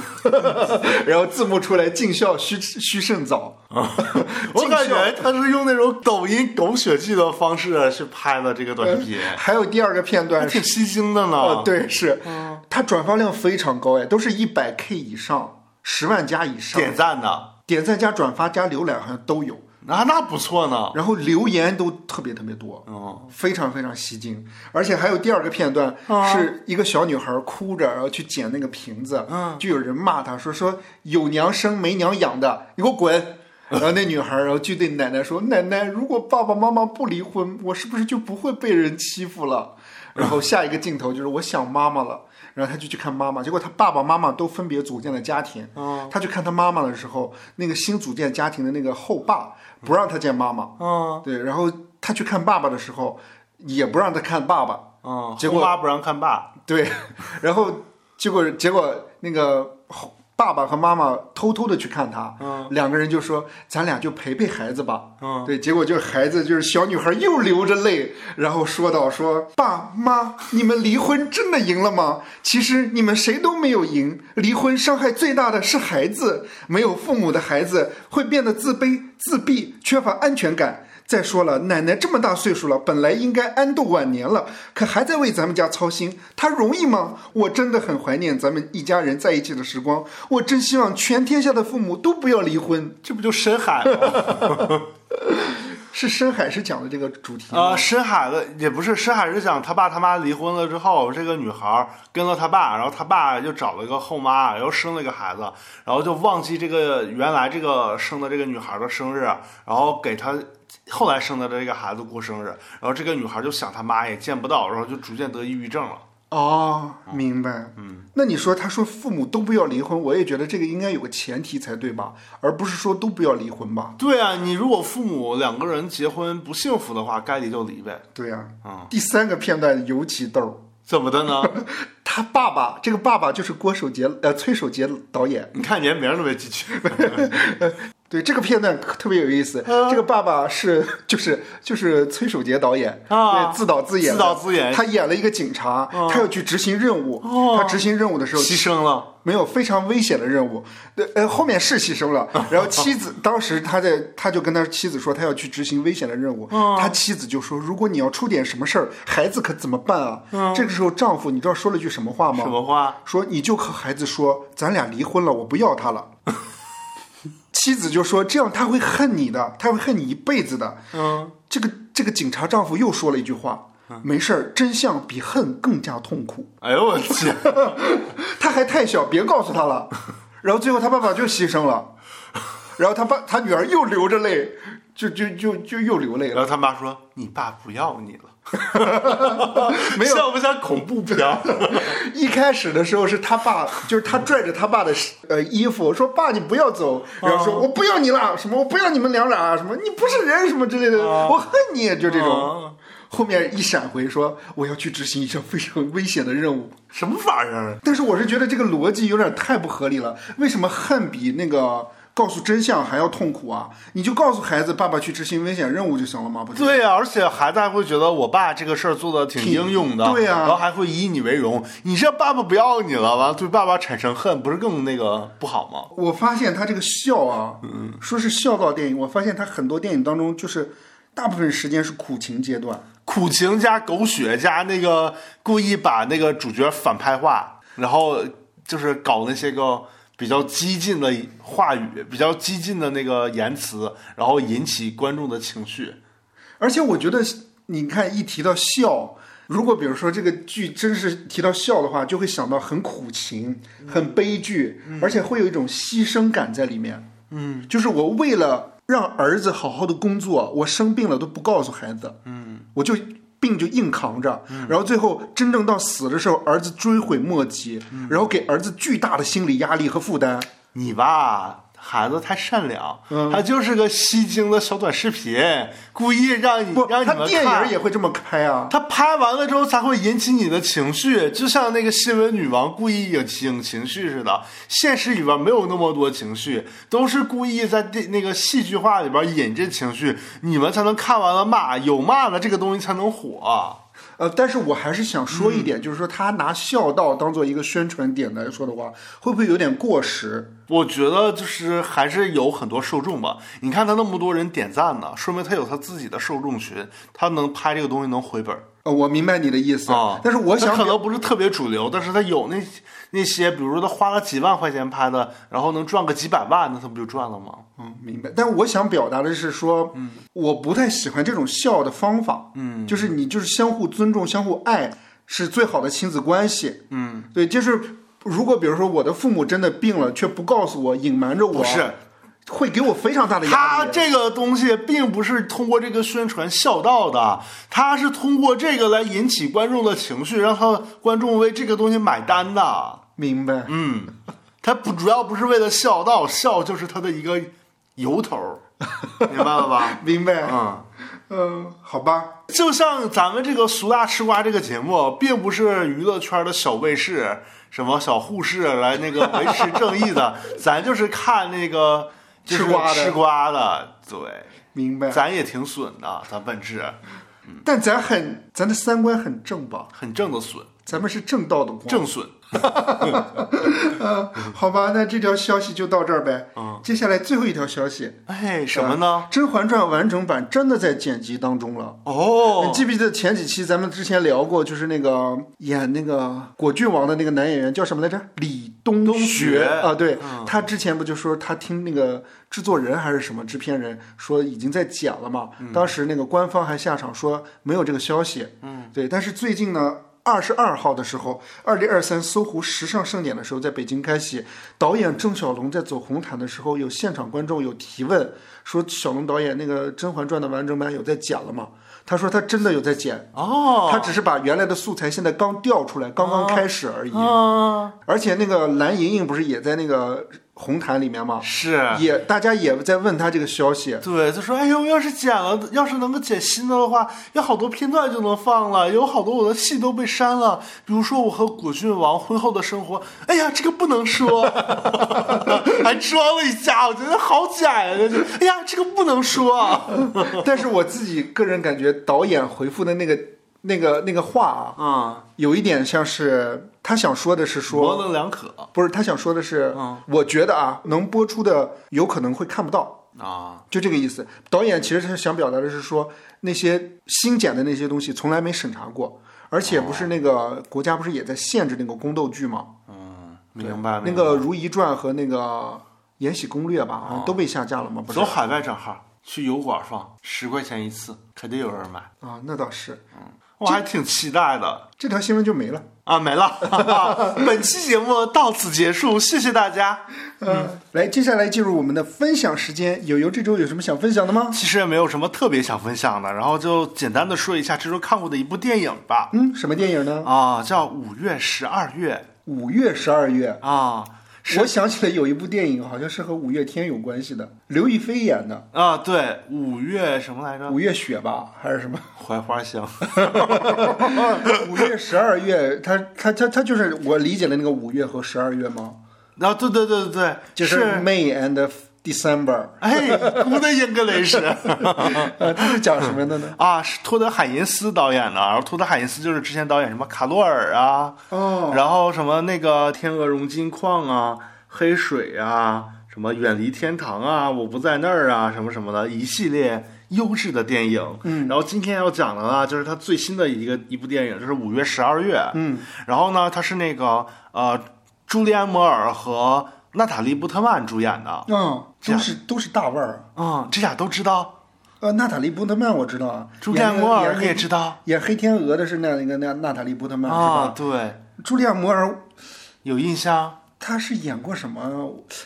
然后字幕出来，尽孝须须甚早。
我
尽
感
孝
觉他是用那种抖音狗血剧的方式去拍的这个短视频，
还有第二个片段是
挺啊嗯吸睛的呢。
哦，，对，是，它转发量非常高哎，都是一百 K 以上，十万加以上，
点赞的，
点赞加转发加浏览好像都有，
那啊那不错呢。
然后留言都特别特别多，
哦，
非常非常吸睛。而且还有第二个片段，是一个小女孩哭着，然后去捡那个瓶子，
嗯
就有人骂她说说有娘生没娘养的，你给我 滚。然后那女孩，然后就对奶奶说：“奶奶，如果爸爸妈妈不离婚，我是不是就不会被人欺负了？”然后下一个镜头就是我想妈妈了，然后她就去看妈妈，结果她爸爸妈妈都分别组建了家庭。
嗯
她去看她妈妈的时候，那个新组建家庭的那个后爸不让她见妈妈，
嗯
对，然后他去看爸爸的时候，也不让他看爸爸，
嗯，
结果
后妈不让看爸，
对， 然后结果结果那个后爸爸和妈妈偷偷的去看他，
嗯
两个人就说咱俩就陪陪孩子吧，
嗯
对，结果就是孩子就是小女孩又流着泪，然后说到说爸妈，你们离婚真的赢了吗？其实你们谁都没有赢，离婚伤害最大的是孩子，没有父母的孩子会变得自卑、自闭，缺乏安全感。再说了，奶奶这么大岁数了，本来应该安度晚年了，可还在为咱们家操心，她容易吗？我真的很怀念咱们一家人在一起的时光，我真希望全天下的父母都不要离婚。
这不就深海 吗？
是深海是讲的这个主题吗
呃，深海的也不是深海，是讲他爸他妈离婚了之后，这个女孩儿跟了他爸，然后他爸就找了一个后妈，然后生了一个孩子，然后就忘记这个原来这个生的这个女孩的生日，然后给她后来生的这个孩子过生日，然后这个女孩就想他妈也见不到，然后就逐渐得抑郁症了。
哦，明白。嗯，那你说，他说父母都不要离婚，我也觉得这个应该有个前提才对吧？而不是说都不要离婚吧？
对啊，你如果父母两个人结婚不幸福的话，该离就离呗。
对呀、
嗯
第三个片段尤其逗儿，
怎么的呢？
他爸爸这个爸爸就是郭守杰，呃，崔守杰导演。
你看连名儿都没记清。
对这个片段可特别有意思，
嗯
这个爸爸是就是就是崔守杰导演
啊
对自导自演的，
自导自演嗯哦
他演了一个警察，他要去执行任务，他执行任务的时候
牺牲了，
没有非常危险的任务，呃呃，后面是牺 牲了。然后妻子当时他在，他就跟他妻子说他要去执行危险的任务，
嗯
他妻子就说如果你要出点什么事儿，孩子可怎么办啊？
嗯
这个时候丈夫你知道说了句什么话
什
吗？
么话？
说你就和孩子说咱俩离婚了，我不要他了。 妻子就说这样他会恨你的，他会恨你一辈子的。
嗯，
这个这个警察丈夫又说了一句话，没事儿，真相比恨更加痛苦。
哎呦我天！
他还太小，别告诉他了。然后最后他爸爸就牺牲了，然后他爸他女儿又流着泪，就就就就又流泪
然
了。
后他妈说：“你爸不要你了。”
没有
像不像恐怖片儿？
一开始的时候是他爸，就是他拽着他爸的呃衣服说：“爸，你不要走。”然后说：“我不要你了，啊什么我不要你们娘俩，啊什么你不是人，什么之类的，我恨你。”就这种
啊。
后面一闪回说：“我要去执行一项非常危险的任务。”
什么玩意儿？
但是我是觉得这个逻辑有点太不合理了。为什么恨比那个告诉真相还要痛苦啊？你就告诉孩子，爸爸去执行危险任务就行了吗？不是？
对呀、而且孩子还会觉得我爸这个事儿做的挺
挺
英勇的，
对呀
然后还会以你为荣。你这爸爸不要你了，完了对爸爸产生恨，不是更那个不好吗？
我发现他这个笑啊，说是孝道电影，我发现他很多电影当中就是大部分时间是苦情阶段。
苦情加狗血加那个故意把那个主角反派化，然后就是搞那些个比较激进的话语，比较激进的那个言辞，然后引起观众的情绪。
而且我觉得，你看一提到笑，如果比如说这个剧真是提到笑的话，就会想到很苦情、很悲剧，而且会有一种牺牲感在里面。嗯，就是我为了让儿子好好的工作，我生病了都不告诉孩子。嗯，我就。病就硬扛着，然后最后真正到死的时候，儿嗯子追悔莫及，然后给儿子巨大的心理压力和负担。
你吧，孩子太善良，他就是个吸睛的小短视频，故意让你
不，
让你
他
们
电
看
影也会这么拍啊。
他拍完了之后才会引起你的情绪，就像那个新闻女王故意引起引情绪似的。现实里边没有那么多情绪，都是故意在电那个戏剧化里边引这情绪，你们才能看完了骂，有骂了这个东西才能火。
呃，但是我还是想说
嗯
一点，就是说他拿孝道当做一个宣传点来说的话，会不会有点过时？
我觉得就是还是有很多受众吧。你看他那么多人点赞呢，说明他有他自己的受众群，他能拍这个东西能回本儿
呃，我明白你的意思，
啊。
但是我想
他可能不是特别主流，但是他有那那些，比如说他花了几万块钱拍的，然后能赚个几百万，那他不就赚了吗？
嗯，明白。但我想表达的是说，嗯，我不太喜欢这种孝的方法，嗯，就是你就是相互尊重、相互爱是最好的亲子关系，嗯，对，就是如果比如说我的父母真的病了，却不告诉我，隐瞒着我，
不是，
会给我非常大的压
他
力。
这个东西并不是通过这个宣传孝道的，他是通过这个来引起观众的情绪，让他观众为这个东西买单的。
明白，嗯，
他不主要不是为了孝道，孝就是他的一个由头儿，明白了吧？
明白，
嗯，
嗯，好吧，
就像咱们这个《俗大吃瓜》这个节目，并不是娱乐圈的小卫士、什么小护士来那个维持正 义的，咱就是看那个就是
吃瓜的
吃瓜的，对，
明白。
咱也挺损的，咱本质
但咱很，咱的三观很正吧？
很正的损，
咱们是正道的光，
正损。
好吧？那这条消息就到这儿呗。嗯，接下来最后一条消息，
哎，什么呢？
《甄嬛传》完整版真的在剪辑当中了。你
哦，
记不记得前几期咱们之前聊过，就是那个演那个果郡王的那个男演员叫什么来着？李东
东学嗯
啊，对、他之前不就说他听那个制作人还是什么制片人说已经在剪了嘛？
嗯
当时那个官方还下场说没有这个消息。嗯，对，但是最近呢。二十二号的时候，二零二三搜狐时尚盛典的时候，在北京开启。导演郑晓龙在走红毯的时候，有现场观众有提问，说小龙导演那个《甄嬛传》的完整版有在剪了吗？他说他真的有在剪，
哦，
他只是把原来的素材现在刚调出来，刚刚开始而已。
啊，
而且那个蓝盈莹不是也在那个红毯里面吗？
是。啊
也大家也在问他这个消 息。
对，他说：“哎呦，要是剪了，要是能够剪新的的话，有好多片段就能放了，有好多我的戏都被删了。比如说我和果郡王婚后的生活，哎呀，这个不能说， 还装了一下，我觉得好假呀！就是，哎呀，这个不能说。
但是我自己个人感觉，导演回复的那个、那个、那个话啊，
嗯，
有一点像是他想说的是
模
说，
棱嗯两可
不是他想说的是，我觉得啊，能播出的有可能会看不到。
啊，
就这个意思。导演其实他想表达的是说，那些新剪的那些东西从来没审查过，而且不是那个国家不是也在限制那个宫斗剧吗？
嗯明白
那个《哦如懿传》和那个《延禧攻略》吧，好像都被下架了吗？不是
走海外账号，去油管放，十块钱一次，肯定有人买。
啊，那倒是。
我还挺期待的。”
这条新闻就没了。
啊，没了、 哈哈，本期节目到此结束，谢谢大家。
嗯，来，接下来进入我们的分享时间。友友这周有什么想分享的吗？
其实也没有什么特别想分享的，然后就简单的说一下这周看过的一部电影吧。
嗯，什么电影呢？
啊，叫《五月十二月
五月、十二月》。
啊
我想起来有一部电影，好像是和五月天有关系的，刘亦菲演的
啊，对，五月什么来
《
着？
五月雪》吧，还是 什么？
槐花香。
五月、十二月，他他他他就是我理解的那个五月和十二月吗？
啊，对对对对对，
就是 May and December，
哎，我的英格雷是。
呃，他是讲什么的呢？
啊，是托德海因斯导演的。然后托德海因斯就是之前导演什么卡洛尔啊，
哦，
然后什么那个天鹅绒金矿啊、黑水啊、什么远离天堂啊、我不在那儿啊，什么什么的一系列优质的电影。嗯，然后今天要讲的呢，就是他最新的一个一部电影，就是五月十二月。嗯，然后呢，它是那个呃，朱利安·摩尔和娜塔莉·波特曼主演的。
嗯，都是都是大腕儿。
嗯，这俩都知道，
呃，娜塔莉波特曼我知道啊，
朱利安·摩尔你也
演
知道
演黑天鹅的是那那个那娜塔莉波特曼、
啊，
是吧？
对，
朱莉亚摩尔，
有印象。
她是演过什么？啊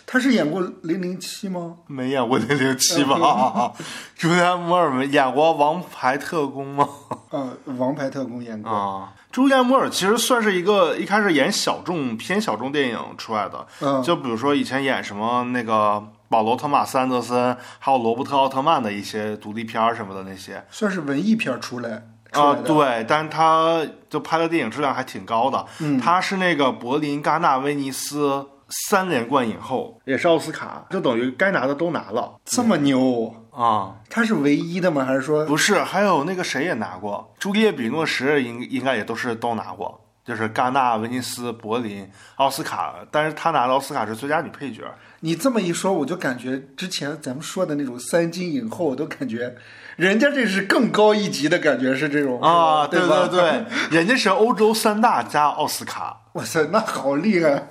她是演过零零七吗？
没演过零零七
嗯
吧？ 朱利安·摩尔没演过《王牌特工》吗？
呃，王牌特工演过。
啊， 朱利安·摩尔其实算是一个一开始演小众偏小众电影出来的，
嗯
就比如说以前演什么那个《保罗·托马斯·安德森，还有罗伯特·奥特曼的一些独立片儿什么的那些。
算是文艺片儿出来出
啊、
来的。
对，但是他就拍的电影质量还挺高的。
嗯
他是那个柏林、戛纳、威尼斯三连冠影后，也是奥斯卡，就等于该拿的都拿了
这么牛，
啊、
他是唯一的吗？还是说
不是，还有那个谁也拿过，朱丽叶·比诺什应应该也都是都拿过，就是戛纳、威尼斯、柏林、奥斯卡，但是他拿的奥斯卡是最佳女配角。
你这么一说，我就感觉之前咱们说的那种三金影后，我都感觉人家这是更高一级的感哦觉，是这种
啊，
对
对
吧
对对，人家是欧洲三大加奥斯卡。
哇塞，那好厉害！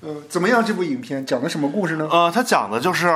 嗯、怎么样？这部影片讲的什么故事呢？
呃，他讲的就是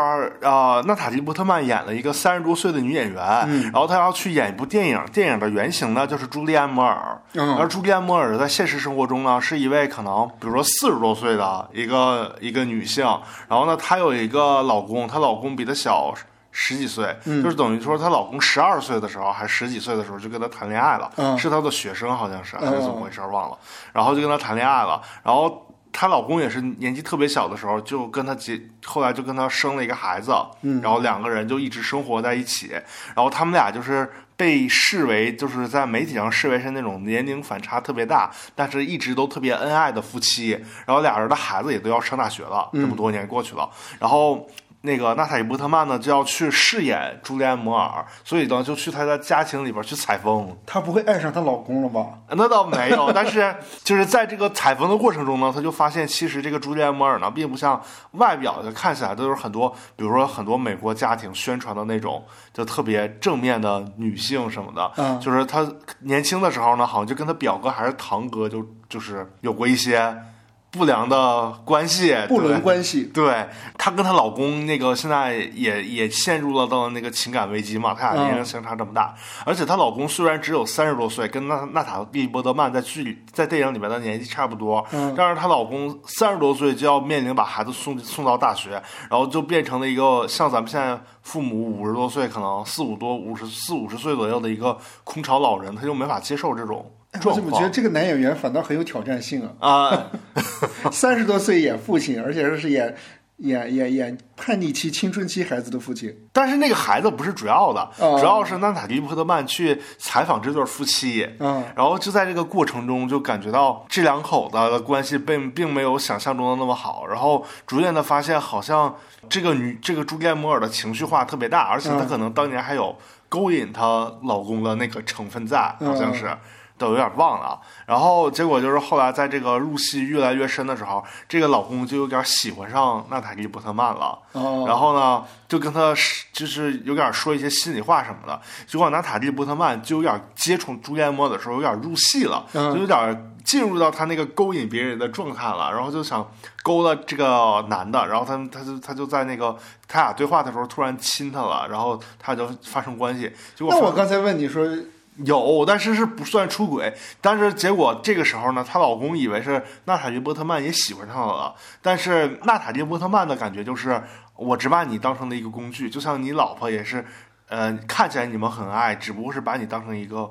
呃，娜塔莉波特曼演了一个三十多岁的女演员，
嗯
然后她要去演一部电影，电影的原型呢就是朱莉安·摩尔，
嗯
而朱莉安·摩尔在现实生活中呢是一位可能比如说四十多岁的一个一个女性，然后呢她有一个老公，她老公比她小。十几岁，
嗯
就是等于说她老公十二岁的时候，还是十几岁的时候就跟她谈恋爱了，
嗯
是她的学生好像是还是怎么
嗯
回事儿忘了，然后就跟她谈恋爱了，然后她老公也是年纪特别小的时候就跟她结，后来就跟她生了一个孩子，然后两个人就一直生活在一起，然后他们俩就是被视为就是在媒体上视为是那种年龄反差特别大，但是一直都特别恩爱的夫妻，然后俩人的孩子也都要上大学了，这么多年过去了，然后。那个娜塔莉·波特曼呢，就要去饰演朱莉安·摩尔，所以呢，就去她的家庭里边去采风。
她不会爱上她老公了吧？
那倒没有，但是就是在这个采风的过程中呢，他就发现其实这个朱利安·摩尔呢，并不像外表的看起来都是很多，比如说很多美国家庭宣传的那种就特别正面的女性什么的，
嗯
就是她年轻的时候呢，好像就跟她表哥还是堂哥就就是有过一些不良的关系，
不
对
伦关 系，
对她跟她老公那个现在也也陷入了到那个情感危机嘛，他俩年龄相差这么大，而且她老公虽然只有三十多岁，跟娜娜塔莉波德曼在剧里在电影里面的年纪差不多，
嗯
但是她老公三十多岁就要面临把孩子送送到大学，然后就变成了一个像咱们现在父母五十多岁，可能四五多五十四五十岁左右的一个空巢老人，他就没法接受这种
哎我
状
怎么觉得
况。
这个男演员反倒很有挑战性 啊？
啊、
三十多岁演父亲，而且是演演演演叛逆期、青春期孩子的父亲。
但是那个孩子不是主要的，
哦
主要是娜塔莉·波特曼去采访这对夫妻，
嗯
然后就在这个过程中就感觉到这两口子的关系并并没有想象中的那么好，然后逐渐的发现好像这个女这个朱丽安·摩尔的情绪化特别大，而且她
嗯
可能当年还有勾引她老公的那个成分在，好
嗯
像是。都有点忘了，然后结果就是后来在这个入戏越来越深的时候，这个老公就有点喜欢上娜塔莉·波特曼了，
哦，
然后呢，就跟他是就是有点说一些心里话什么的。结果娜塔莉波特曼就有点接触朱利安摩尔的时候，有点入戏了，
嗯
就有点进入到他那个勾引别人的状态了，然后就想勾搭这个男的，然后他们他就他就在那个他俩对话的时候突然亲他了，然后他就发生关系。结果
那
发
我刚才问你说，
有，但是是不算出轨。但是结果这个时候呢，她老公以为是娜塔莉波特曼也喜欢上她了，啊但是娜塔莉波特曼的感觉就是，我只把你当成了一个工具，就像你老婆也是，呃，看起来你们很爱，只不过是把你当成一个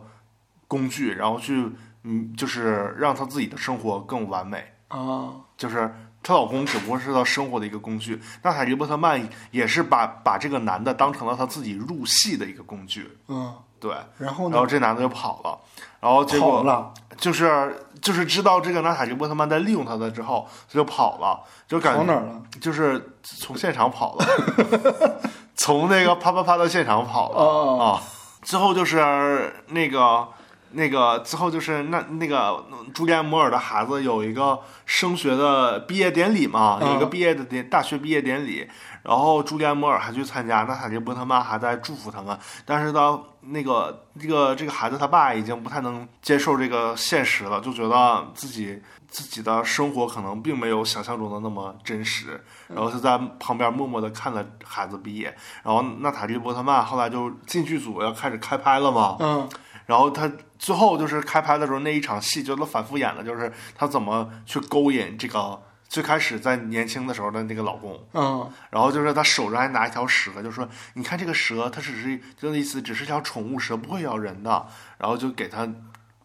工具，然后去，嗯，就是让她自己的生活更完美。
啊，
就是她老公只不过是她生活的一个工具，娜塔莉波特曼也是把把这个男的当成了她自己入戏的一个工具，
嗯，
对。
然后
然
呢
后？这男的就跑了，然后结
跑
果
了，
就是就是知道这个娜塔莉波特曼在利用他的之后，他就跑了，就感
跑
觉
哪儿了？
就是从现场跑了， 从那个啪啪啪的现场跑了
哦，
啊。之后就是那个那个之后就是那那个朱利安摩尔的孩子有一个升学的毕业典礼嘛，
嗯
有一个毕业的典大学毕业典礼，然后朱利安摩尔还去参加，娜塔莉波特曼还在祝福他们，但是到那个这个这个孩子他爸已经不太能接受这个现实了，就觉得自己自己的生活可能并没有想象中的那么真实，然后就在旁边默默的看着孩子毕业，然后娜塔莉波特曼后来就进剧组要开始开拍了嘛，
嗯，
然后他最后就是开拍的时候那一场戏，就他反复演的就是他怎么去勾引这个最开始在年轻的时候的那个老公，
嗯，
然后就是他手上还拿一条蛇，就说你看这个蛇，它只是就那意思，只是条宠物蛇，不会咬人的。然后就给他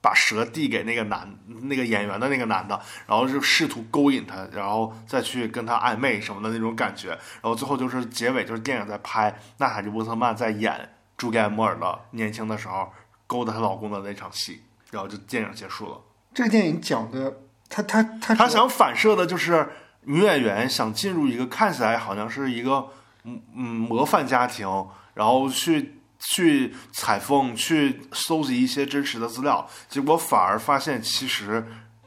把蛇递给那个男那个演员的那个男的，然后就试图勾引他，然后再去跟他暧昧什么的那种感觉，然后最后就是结尾就是电影在拍娜塔莉波特曼在演朱盖摩尔的年轻的时候勾搭她老公的那场戏，然后就电影结束了。
这个电影讲的，他他他
他想反射的就是女演员想进入一个看起来好像是一个嗯嗯模范家庭，然后去去采风，去搜集一些真实的资料，结果反而发现其实。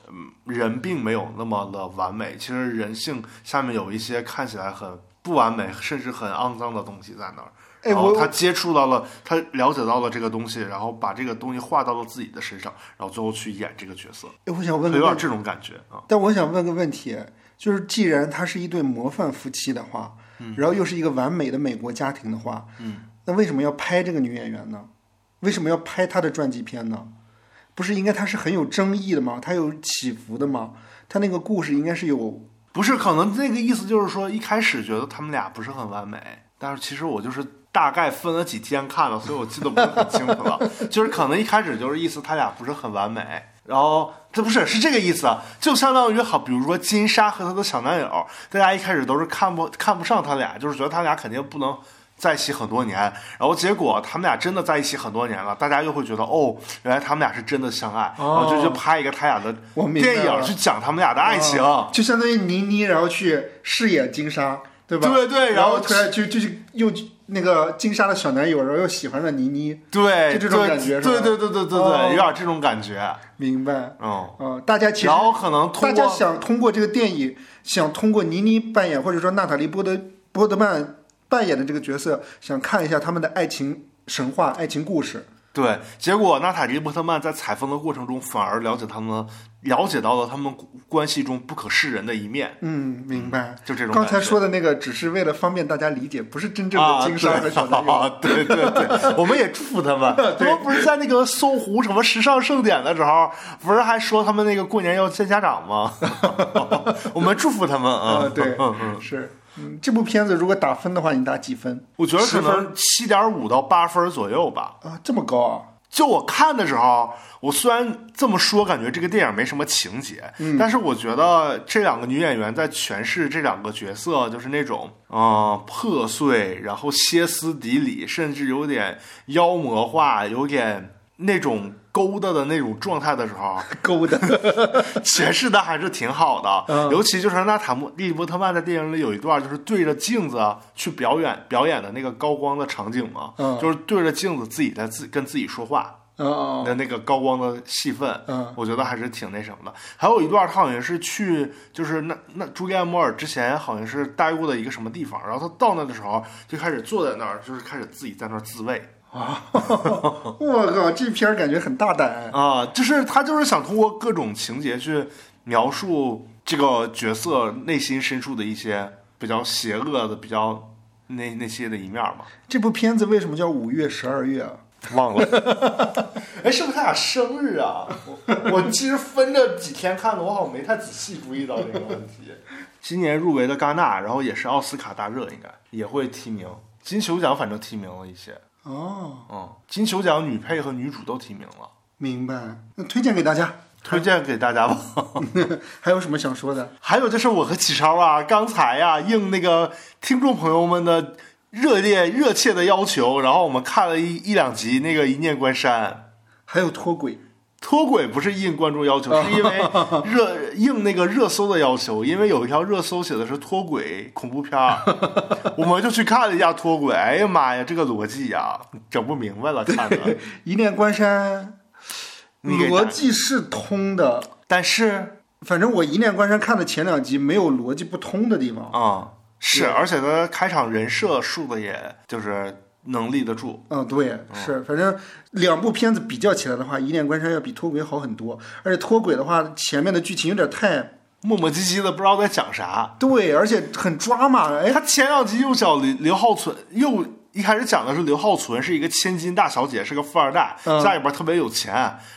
嗯，人并没有那么的完美。其实人性下面有一些看起来很不完美，甚至很肮脏的东西在那儿。
哎，
然后
我
他接触到了，他了解到了这个东西，然后把这个东西画到了自己的身上，然后最后去演这个角色，
哎我想问个
有点
问题，
这种感觉啊。
但我想问个问题，就是既然他是一对模范夫妻的话，然后又是一个完美的美国家庭的话，
嗯，
那为什么要拍这个女演员呢？为什么要拍她的传记片呢？不是应该她是很有争议的吗？她有起伏的吗？她那个故事应该是有
不是，可能那个意思就是说，一开始觉得他们俩不是很完美，但是其实我就是大概分了几天看了，所以我记得不是很清楚 了。就是可能一开始就是意思他俩不是很完美，然后这不是是这个意思，啊，就相当于好，比如说金莎和她的小男友，大家一开始都是看不 看不上他俩，就是觉得他俩肯定不能。在一起很多年，然后结果他们俩真的在一起很多年了，大家又会觉得哦，原来他们俩是真的相爱，然后就去拍一个他俩的
哦我明白
电影
了
去讲他们俩的爱情。
啊就相当于倪妮，然后去饰演金莎，对吧？
对对然
然
后
突然就就是又那个金莎的小男友，然后又喜欢上倪妮，
对，
就这种感觉是吧
对对对对对对，
哦
有点这种感觉，
明白？
嗯。
呃，大家其实
然后可能
大
通
家
过
想通过这个电影，想通过倪妮扮演或者说娜塔莉波德波德曼扮演的这个角色，想看一下他们的爱情神话、爱情故事。
对，结果娜塔莉波特曼在采风的过程中，反而了解他们，了解到了他们关系中不可示人的一面，
嗯，明白。
就这种感
刚
觉。
才说的那个只是为了方便大家理解，不是真正的金莎的小男友。
啊对 对对对，我们也祝福 他们。他们不是在那个搜狐什么时尚盛典的时候，不是还说他们那个过年要见家 长吗？我们祝福他们啊、
啊，对
嗯，
是。嗯，这部片子如果打分的话，你打几分？
我觉得可
十
能七点五到八分左右吧。
啊，这么高啊？
就我看的时候，我虽然这么说，感觉这个电影没什么情节，
嗯
但是我觉得这两个女演员在诠释这两个角色，就是那种嗯、呃破碎，然后歇斯底里，甚至有点妖魔化，有点那种勾搭的那种状态的时候，
勾的，
诠释的还是挺好的。
嗯
尤其就是娜塔莫利波特曼在电影里有一段，就是对着镜子去表演表演的那个高光的场景嘛，
嗯
就是对着镜子自己在自跟自己说话。
啊
的那个高光的戏份，
嗯
我觉得还是挺那什么的。还有一段，他好像是去，就是那那朱利安·摩尔之前好像是待过的一个什么地方，然后他到那的时候就开始坐在那儿，就是开始自己在那儿自慰
我靠，这片儿感觉很大胆。
啊、就是他就是想通过各种情节去描述这个角色内心深处的一些比较邪恶的、比较那那些的一面嘛。
这部片子为什么叫五月十二月啊？
忘了， 哎，是不是他俩生日啊？我 我其实分着几天看的，我好像没太仔细注意到这个问题。今年入围的戛纳，然后也是奥斯卡大热，应该也会提名金球奖，反正提名了一些。
哦，
嗯，金球奖女配和女主都提名了，
明白。那推荐给大家，
推荐给大家吧。
还有什么想说的？
还有就是我和启超啊，刚才呀、应那个听众朋友们的热烈热切的要求，然后我们看了一一两集那个《一念关山》。
还有脱轨，
脱轨不是应关注要求，是因为热应那个热搜的要求，因为有一条热搜写的是脱轨恐怖片儿，我们就去看了一下脱轨。哎呀妈呀，这个逻辑呀、整不明白了，看的。
一念关山，
你给
逻
打
辑是通的。
但是
反正我一念关山看的前两集没有逻辑不通的地方。
啊、是，而且他开场人设树的也就是能立得住。
嗯，对，是，反正两部片子比较起来的话，《一念关山》要比《脱轨》好很多，而且《脱轨》的话，前面的剧情有点太
磨磨唧唧的，不知道在讲啥。
对，而且很抓马。哎，
他前两集又讲刘刘浩存，又一开始讲的是刘浩存是一个千金大小姐，是个富二代，
嗯
家里边特别有钱。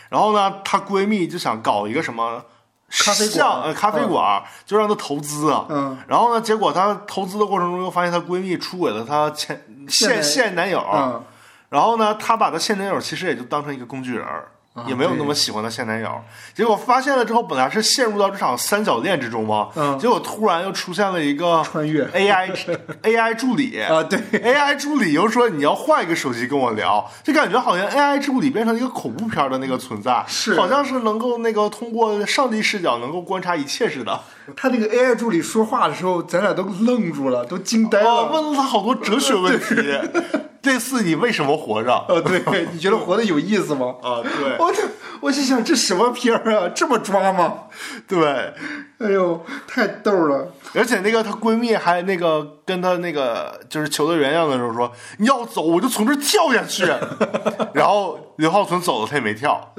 然后呢，她闺蜜就想搞一个什么
咖啡馆
像呃咖啡
嗯
馆，就让她投资啊。
嗯，
然后呢，结果她投资的过程中又发现她闺蜜出轨了她前
现
现
男
现男友。
嗯，
然后呢，她把她现男友其实也就当成一个工具人儿。也没有那么
啊对
喜欢的现男友。结果发现了之后，本来是陷入到这场三角恋之中嘛，
嗯
结果突然又出现了一个
穿越
AI AI 助理
啊对
AI 助理又说你要换一个手机跟我聊，就感觉好像 AI 助理变成了一个恐怖片的那个存在，
是
好像是能够那个通过上帝视角能够观察一切似的。
他那个 AI 助理说话的时候，咱俩都愣住了，都惊呆
我
了。
哦问了他好多哲学问 题，类似你为什么活着
呃，对，你觉得活得有意思吗？
啊？对
我这我就想这什么片儿啊，这么抓吗？
对，
哎呦，太逗了！
而且那个她闺蜜还那个跟她那个就是球队原谅的时候说，你要走我就从这儿跳下去。 然后刘浩存走了，她也没跳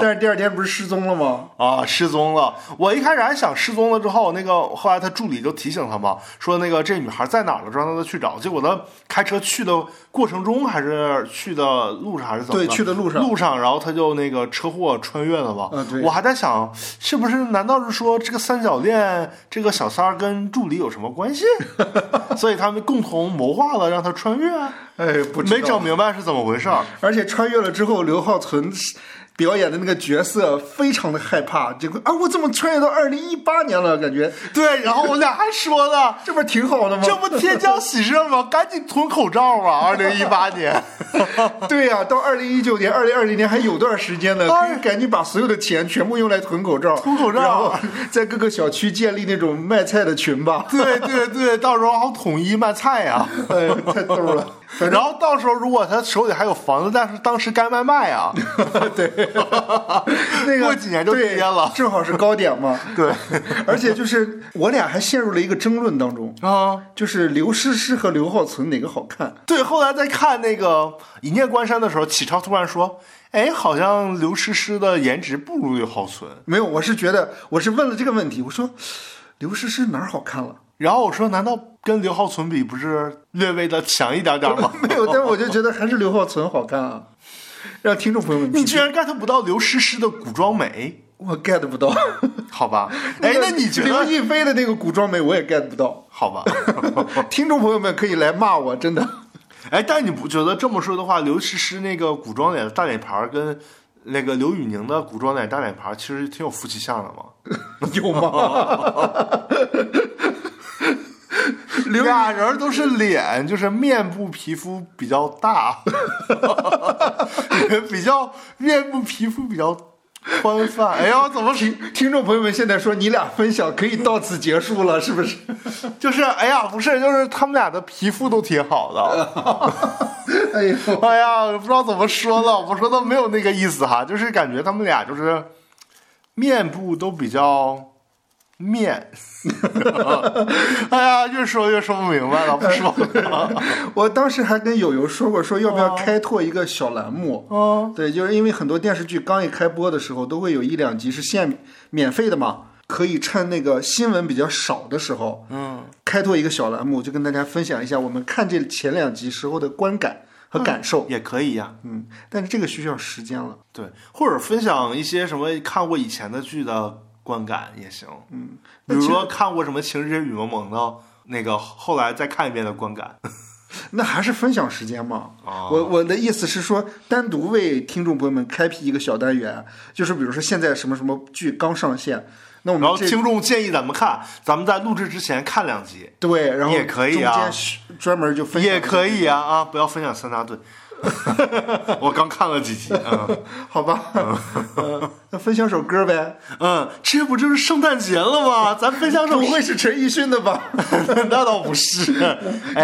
但是第二天不是失踪了吗？
啊，失踪了。我一开始还想失踪了之后，那个后来她助理就提醒她嘛，说那个这女孩在哪儿了，让她去找。结果她开车去的过程中还是去的路上还是怎么
对去的路上
路上，然后她就那个车祸穿越了嘛。
啊对
我还在想，是不是难道是说这个三角恋，这个小三儿跟助理有什么关 系？所以他们共同谋划了让她穿越，
哎，不知道
没整明白是怎么回事儿。
而且穿越了之后，刘浩存表演的那个角色非常的害怕，结果啊，我怎么穿越到二零一八年了？感觉
对，然后我俩还说呢。
这不是挺好的吗？
这不天降喜事儿吗？赶紧囤口罩啊！二零一八 年，
对呀、到二零一九年、二零二零年还有段时间呢，
哎
可以赶紧把所有的钱全部用来囤口罩，啊囤
口罩
然后在各个小区建立那种卖菜的群吧。
对对对，到时候还统一卖菜呀、
哎呦，太逗了！反正
然后到时候如果他手里还有房子，但是当时该卖卖啊。
那个
过几年就
对
跌了
正好是高点嘛。
对，
而且就是我俩还陷入了一个争论当中，
啊，
就是刘诗诗和刘浩存哪个好看？
对。后来在看那个《一念关山》的时候，启超突然说：“哎，好像刘诗诗的颜值不如刘浩存。
没有，我是觉得我是问了这个问题，我说刘诗诗哪儿好看了？”？”
然后我说：“难道跟刘浩存比，不是略微的强一点点吗
没有，但我就觉得还是刘浩存好看啊。让听众朋友们，
你居然 get 不到刘诗诗的古装美，
我 get 不到。
好 吧？哎，那你觉
刘
得
亦菲的那个古装美我也 get 不 到？
好吧？
听众朋友们可以来骂我，真的。
哎，但你不觉得这么说的话，刘诗诗那个古装脸的大脸盘儿跟那个刘宇宁的古装脸大脸盘儿其实挺有夫妻相的嘛？
有吗？ 刘
俩人都是脸，就是面部皮肤比较大， 比较面部皮肤比较宽泛。哎呀，怎么
听 听众朋友们现在说你俩分享可以到此结束了，是不是？
就是哎呀，不是，就是他们俩的皮肤都挺好的。
哎呦，
哎呀，不知道怎么说了，我说的没有那个意思哈，就是感觉他们俩就是面部都比较面。 哎呀，越说越说不明白了，不说了。
我当时还跟友友说过，说要不要开拓一个小栏目。
哦，
对，就是因为很多电视剧刚一开播的时候，都会有一两集是限免费的嘛，可以趁那个新闻比较少的时候，
嗯，
开拓一个小栏目，就跟大家分享一下我们看这前两集时候的观感和感受。
也可以呀、
嗯，但是这个需要时间了。
对，或者分享一些什么看过以前的剧的观感也行。嗯，比如说看过什么《情深深雨蒙蒙》的，那个后来再看一遍的观感。
那还是分享时间嘛。
哦
我我的意思是说，单独为听众朋友们开辟一个小单元，就是比如说现在什么什么剧刚上线，那我
然
们
后
这
听众建议咱们看，咱们在录制之前看两集
对，然后
也可以啊
中间嘘专门就分享
也可以啊啊！不要分享三大队， 我刚看了几集。嗯
好 吧？呃那分享首歌呗，
嗯，这不就是圣诞节了吗？咱分享首
不会是陈奕迅的吧？
那倒不是，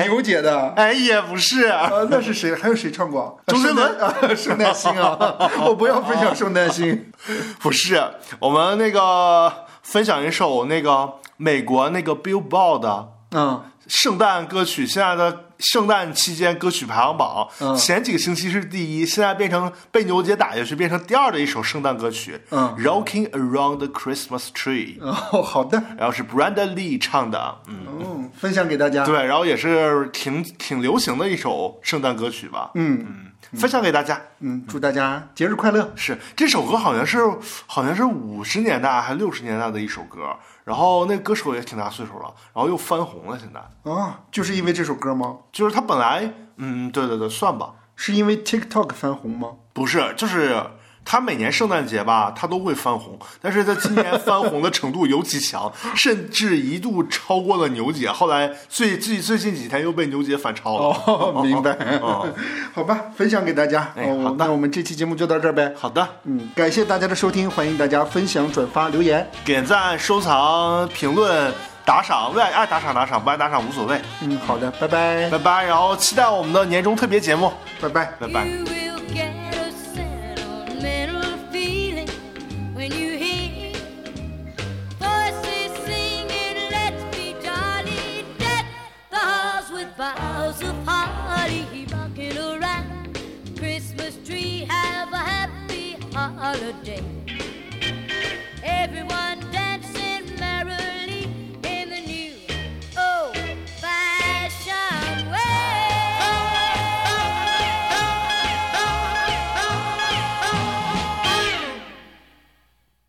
牛姐的。
哎，也不是。
呃，那是谁？还有谁唱过？
周杰伦
啊，圣诞 星 啊！我不要分享圣诞星。
不是，我们那个分享一首那个美国那个 Billboard 的
嗯，
圣诞歌曲，现在的圣诞期间歌曲排行榜，
嗯
前几个星期是第一，现在变成被牛姐打下去，变成第二的一首圣诞歌曲，
嗯
Rocking Around the Christmas Tree，、
哦，好的，
然后是 Brenda Lee 唱的，嗯，
嗯，分享给大家。
对，然后也是挺挺流行的一首圣诞歌曲吧，嗯嗯，分享给大家。
嗯，祝大家节日快乐。
是这首歌好像是好像是五十年代还六十年代的一首歌，然后那歌手也挺大岁数了，然后又翻红了。现在
啊，就是因为这首歌吗？
就是他本来嗯，对对对，算吧，
是因为 TikTok 翻红吗？
不是，就是他每年圣诞节吧，他都会翻红，但是他今年翻红的程度尤其强，甚至一度超过了牛姐。后来最最最近几天又被牛姐反超了。
哦， 明白，
哦
好吧，分享给大家。
哎
哦
好的
那我们这期节目就到这儿呗。
好的，
嗯，感谢大家的收听，欢迎大家分享、转发、留言。
点赞、收藏、评论、打赏，为爱爱打赏打赏，不爱打赏无所谓。
嗯，好的，拜拜，
拜拜，然后期待我们的年终特别节目，
拜拜。
拜拜。
You will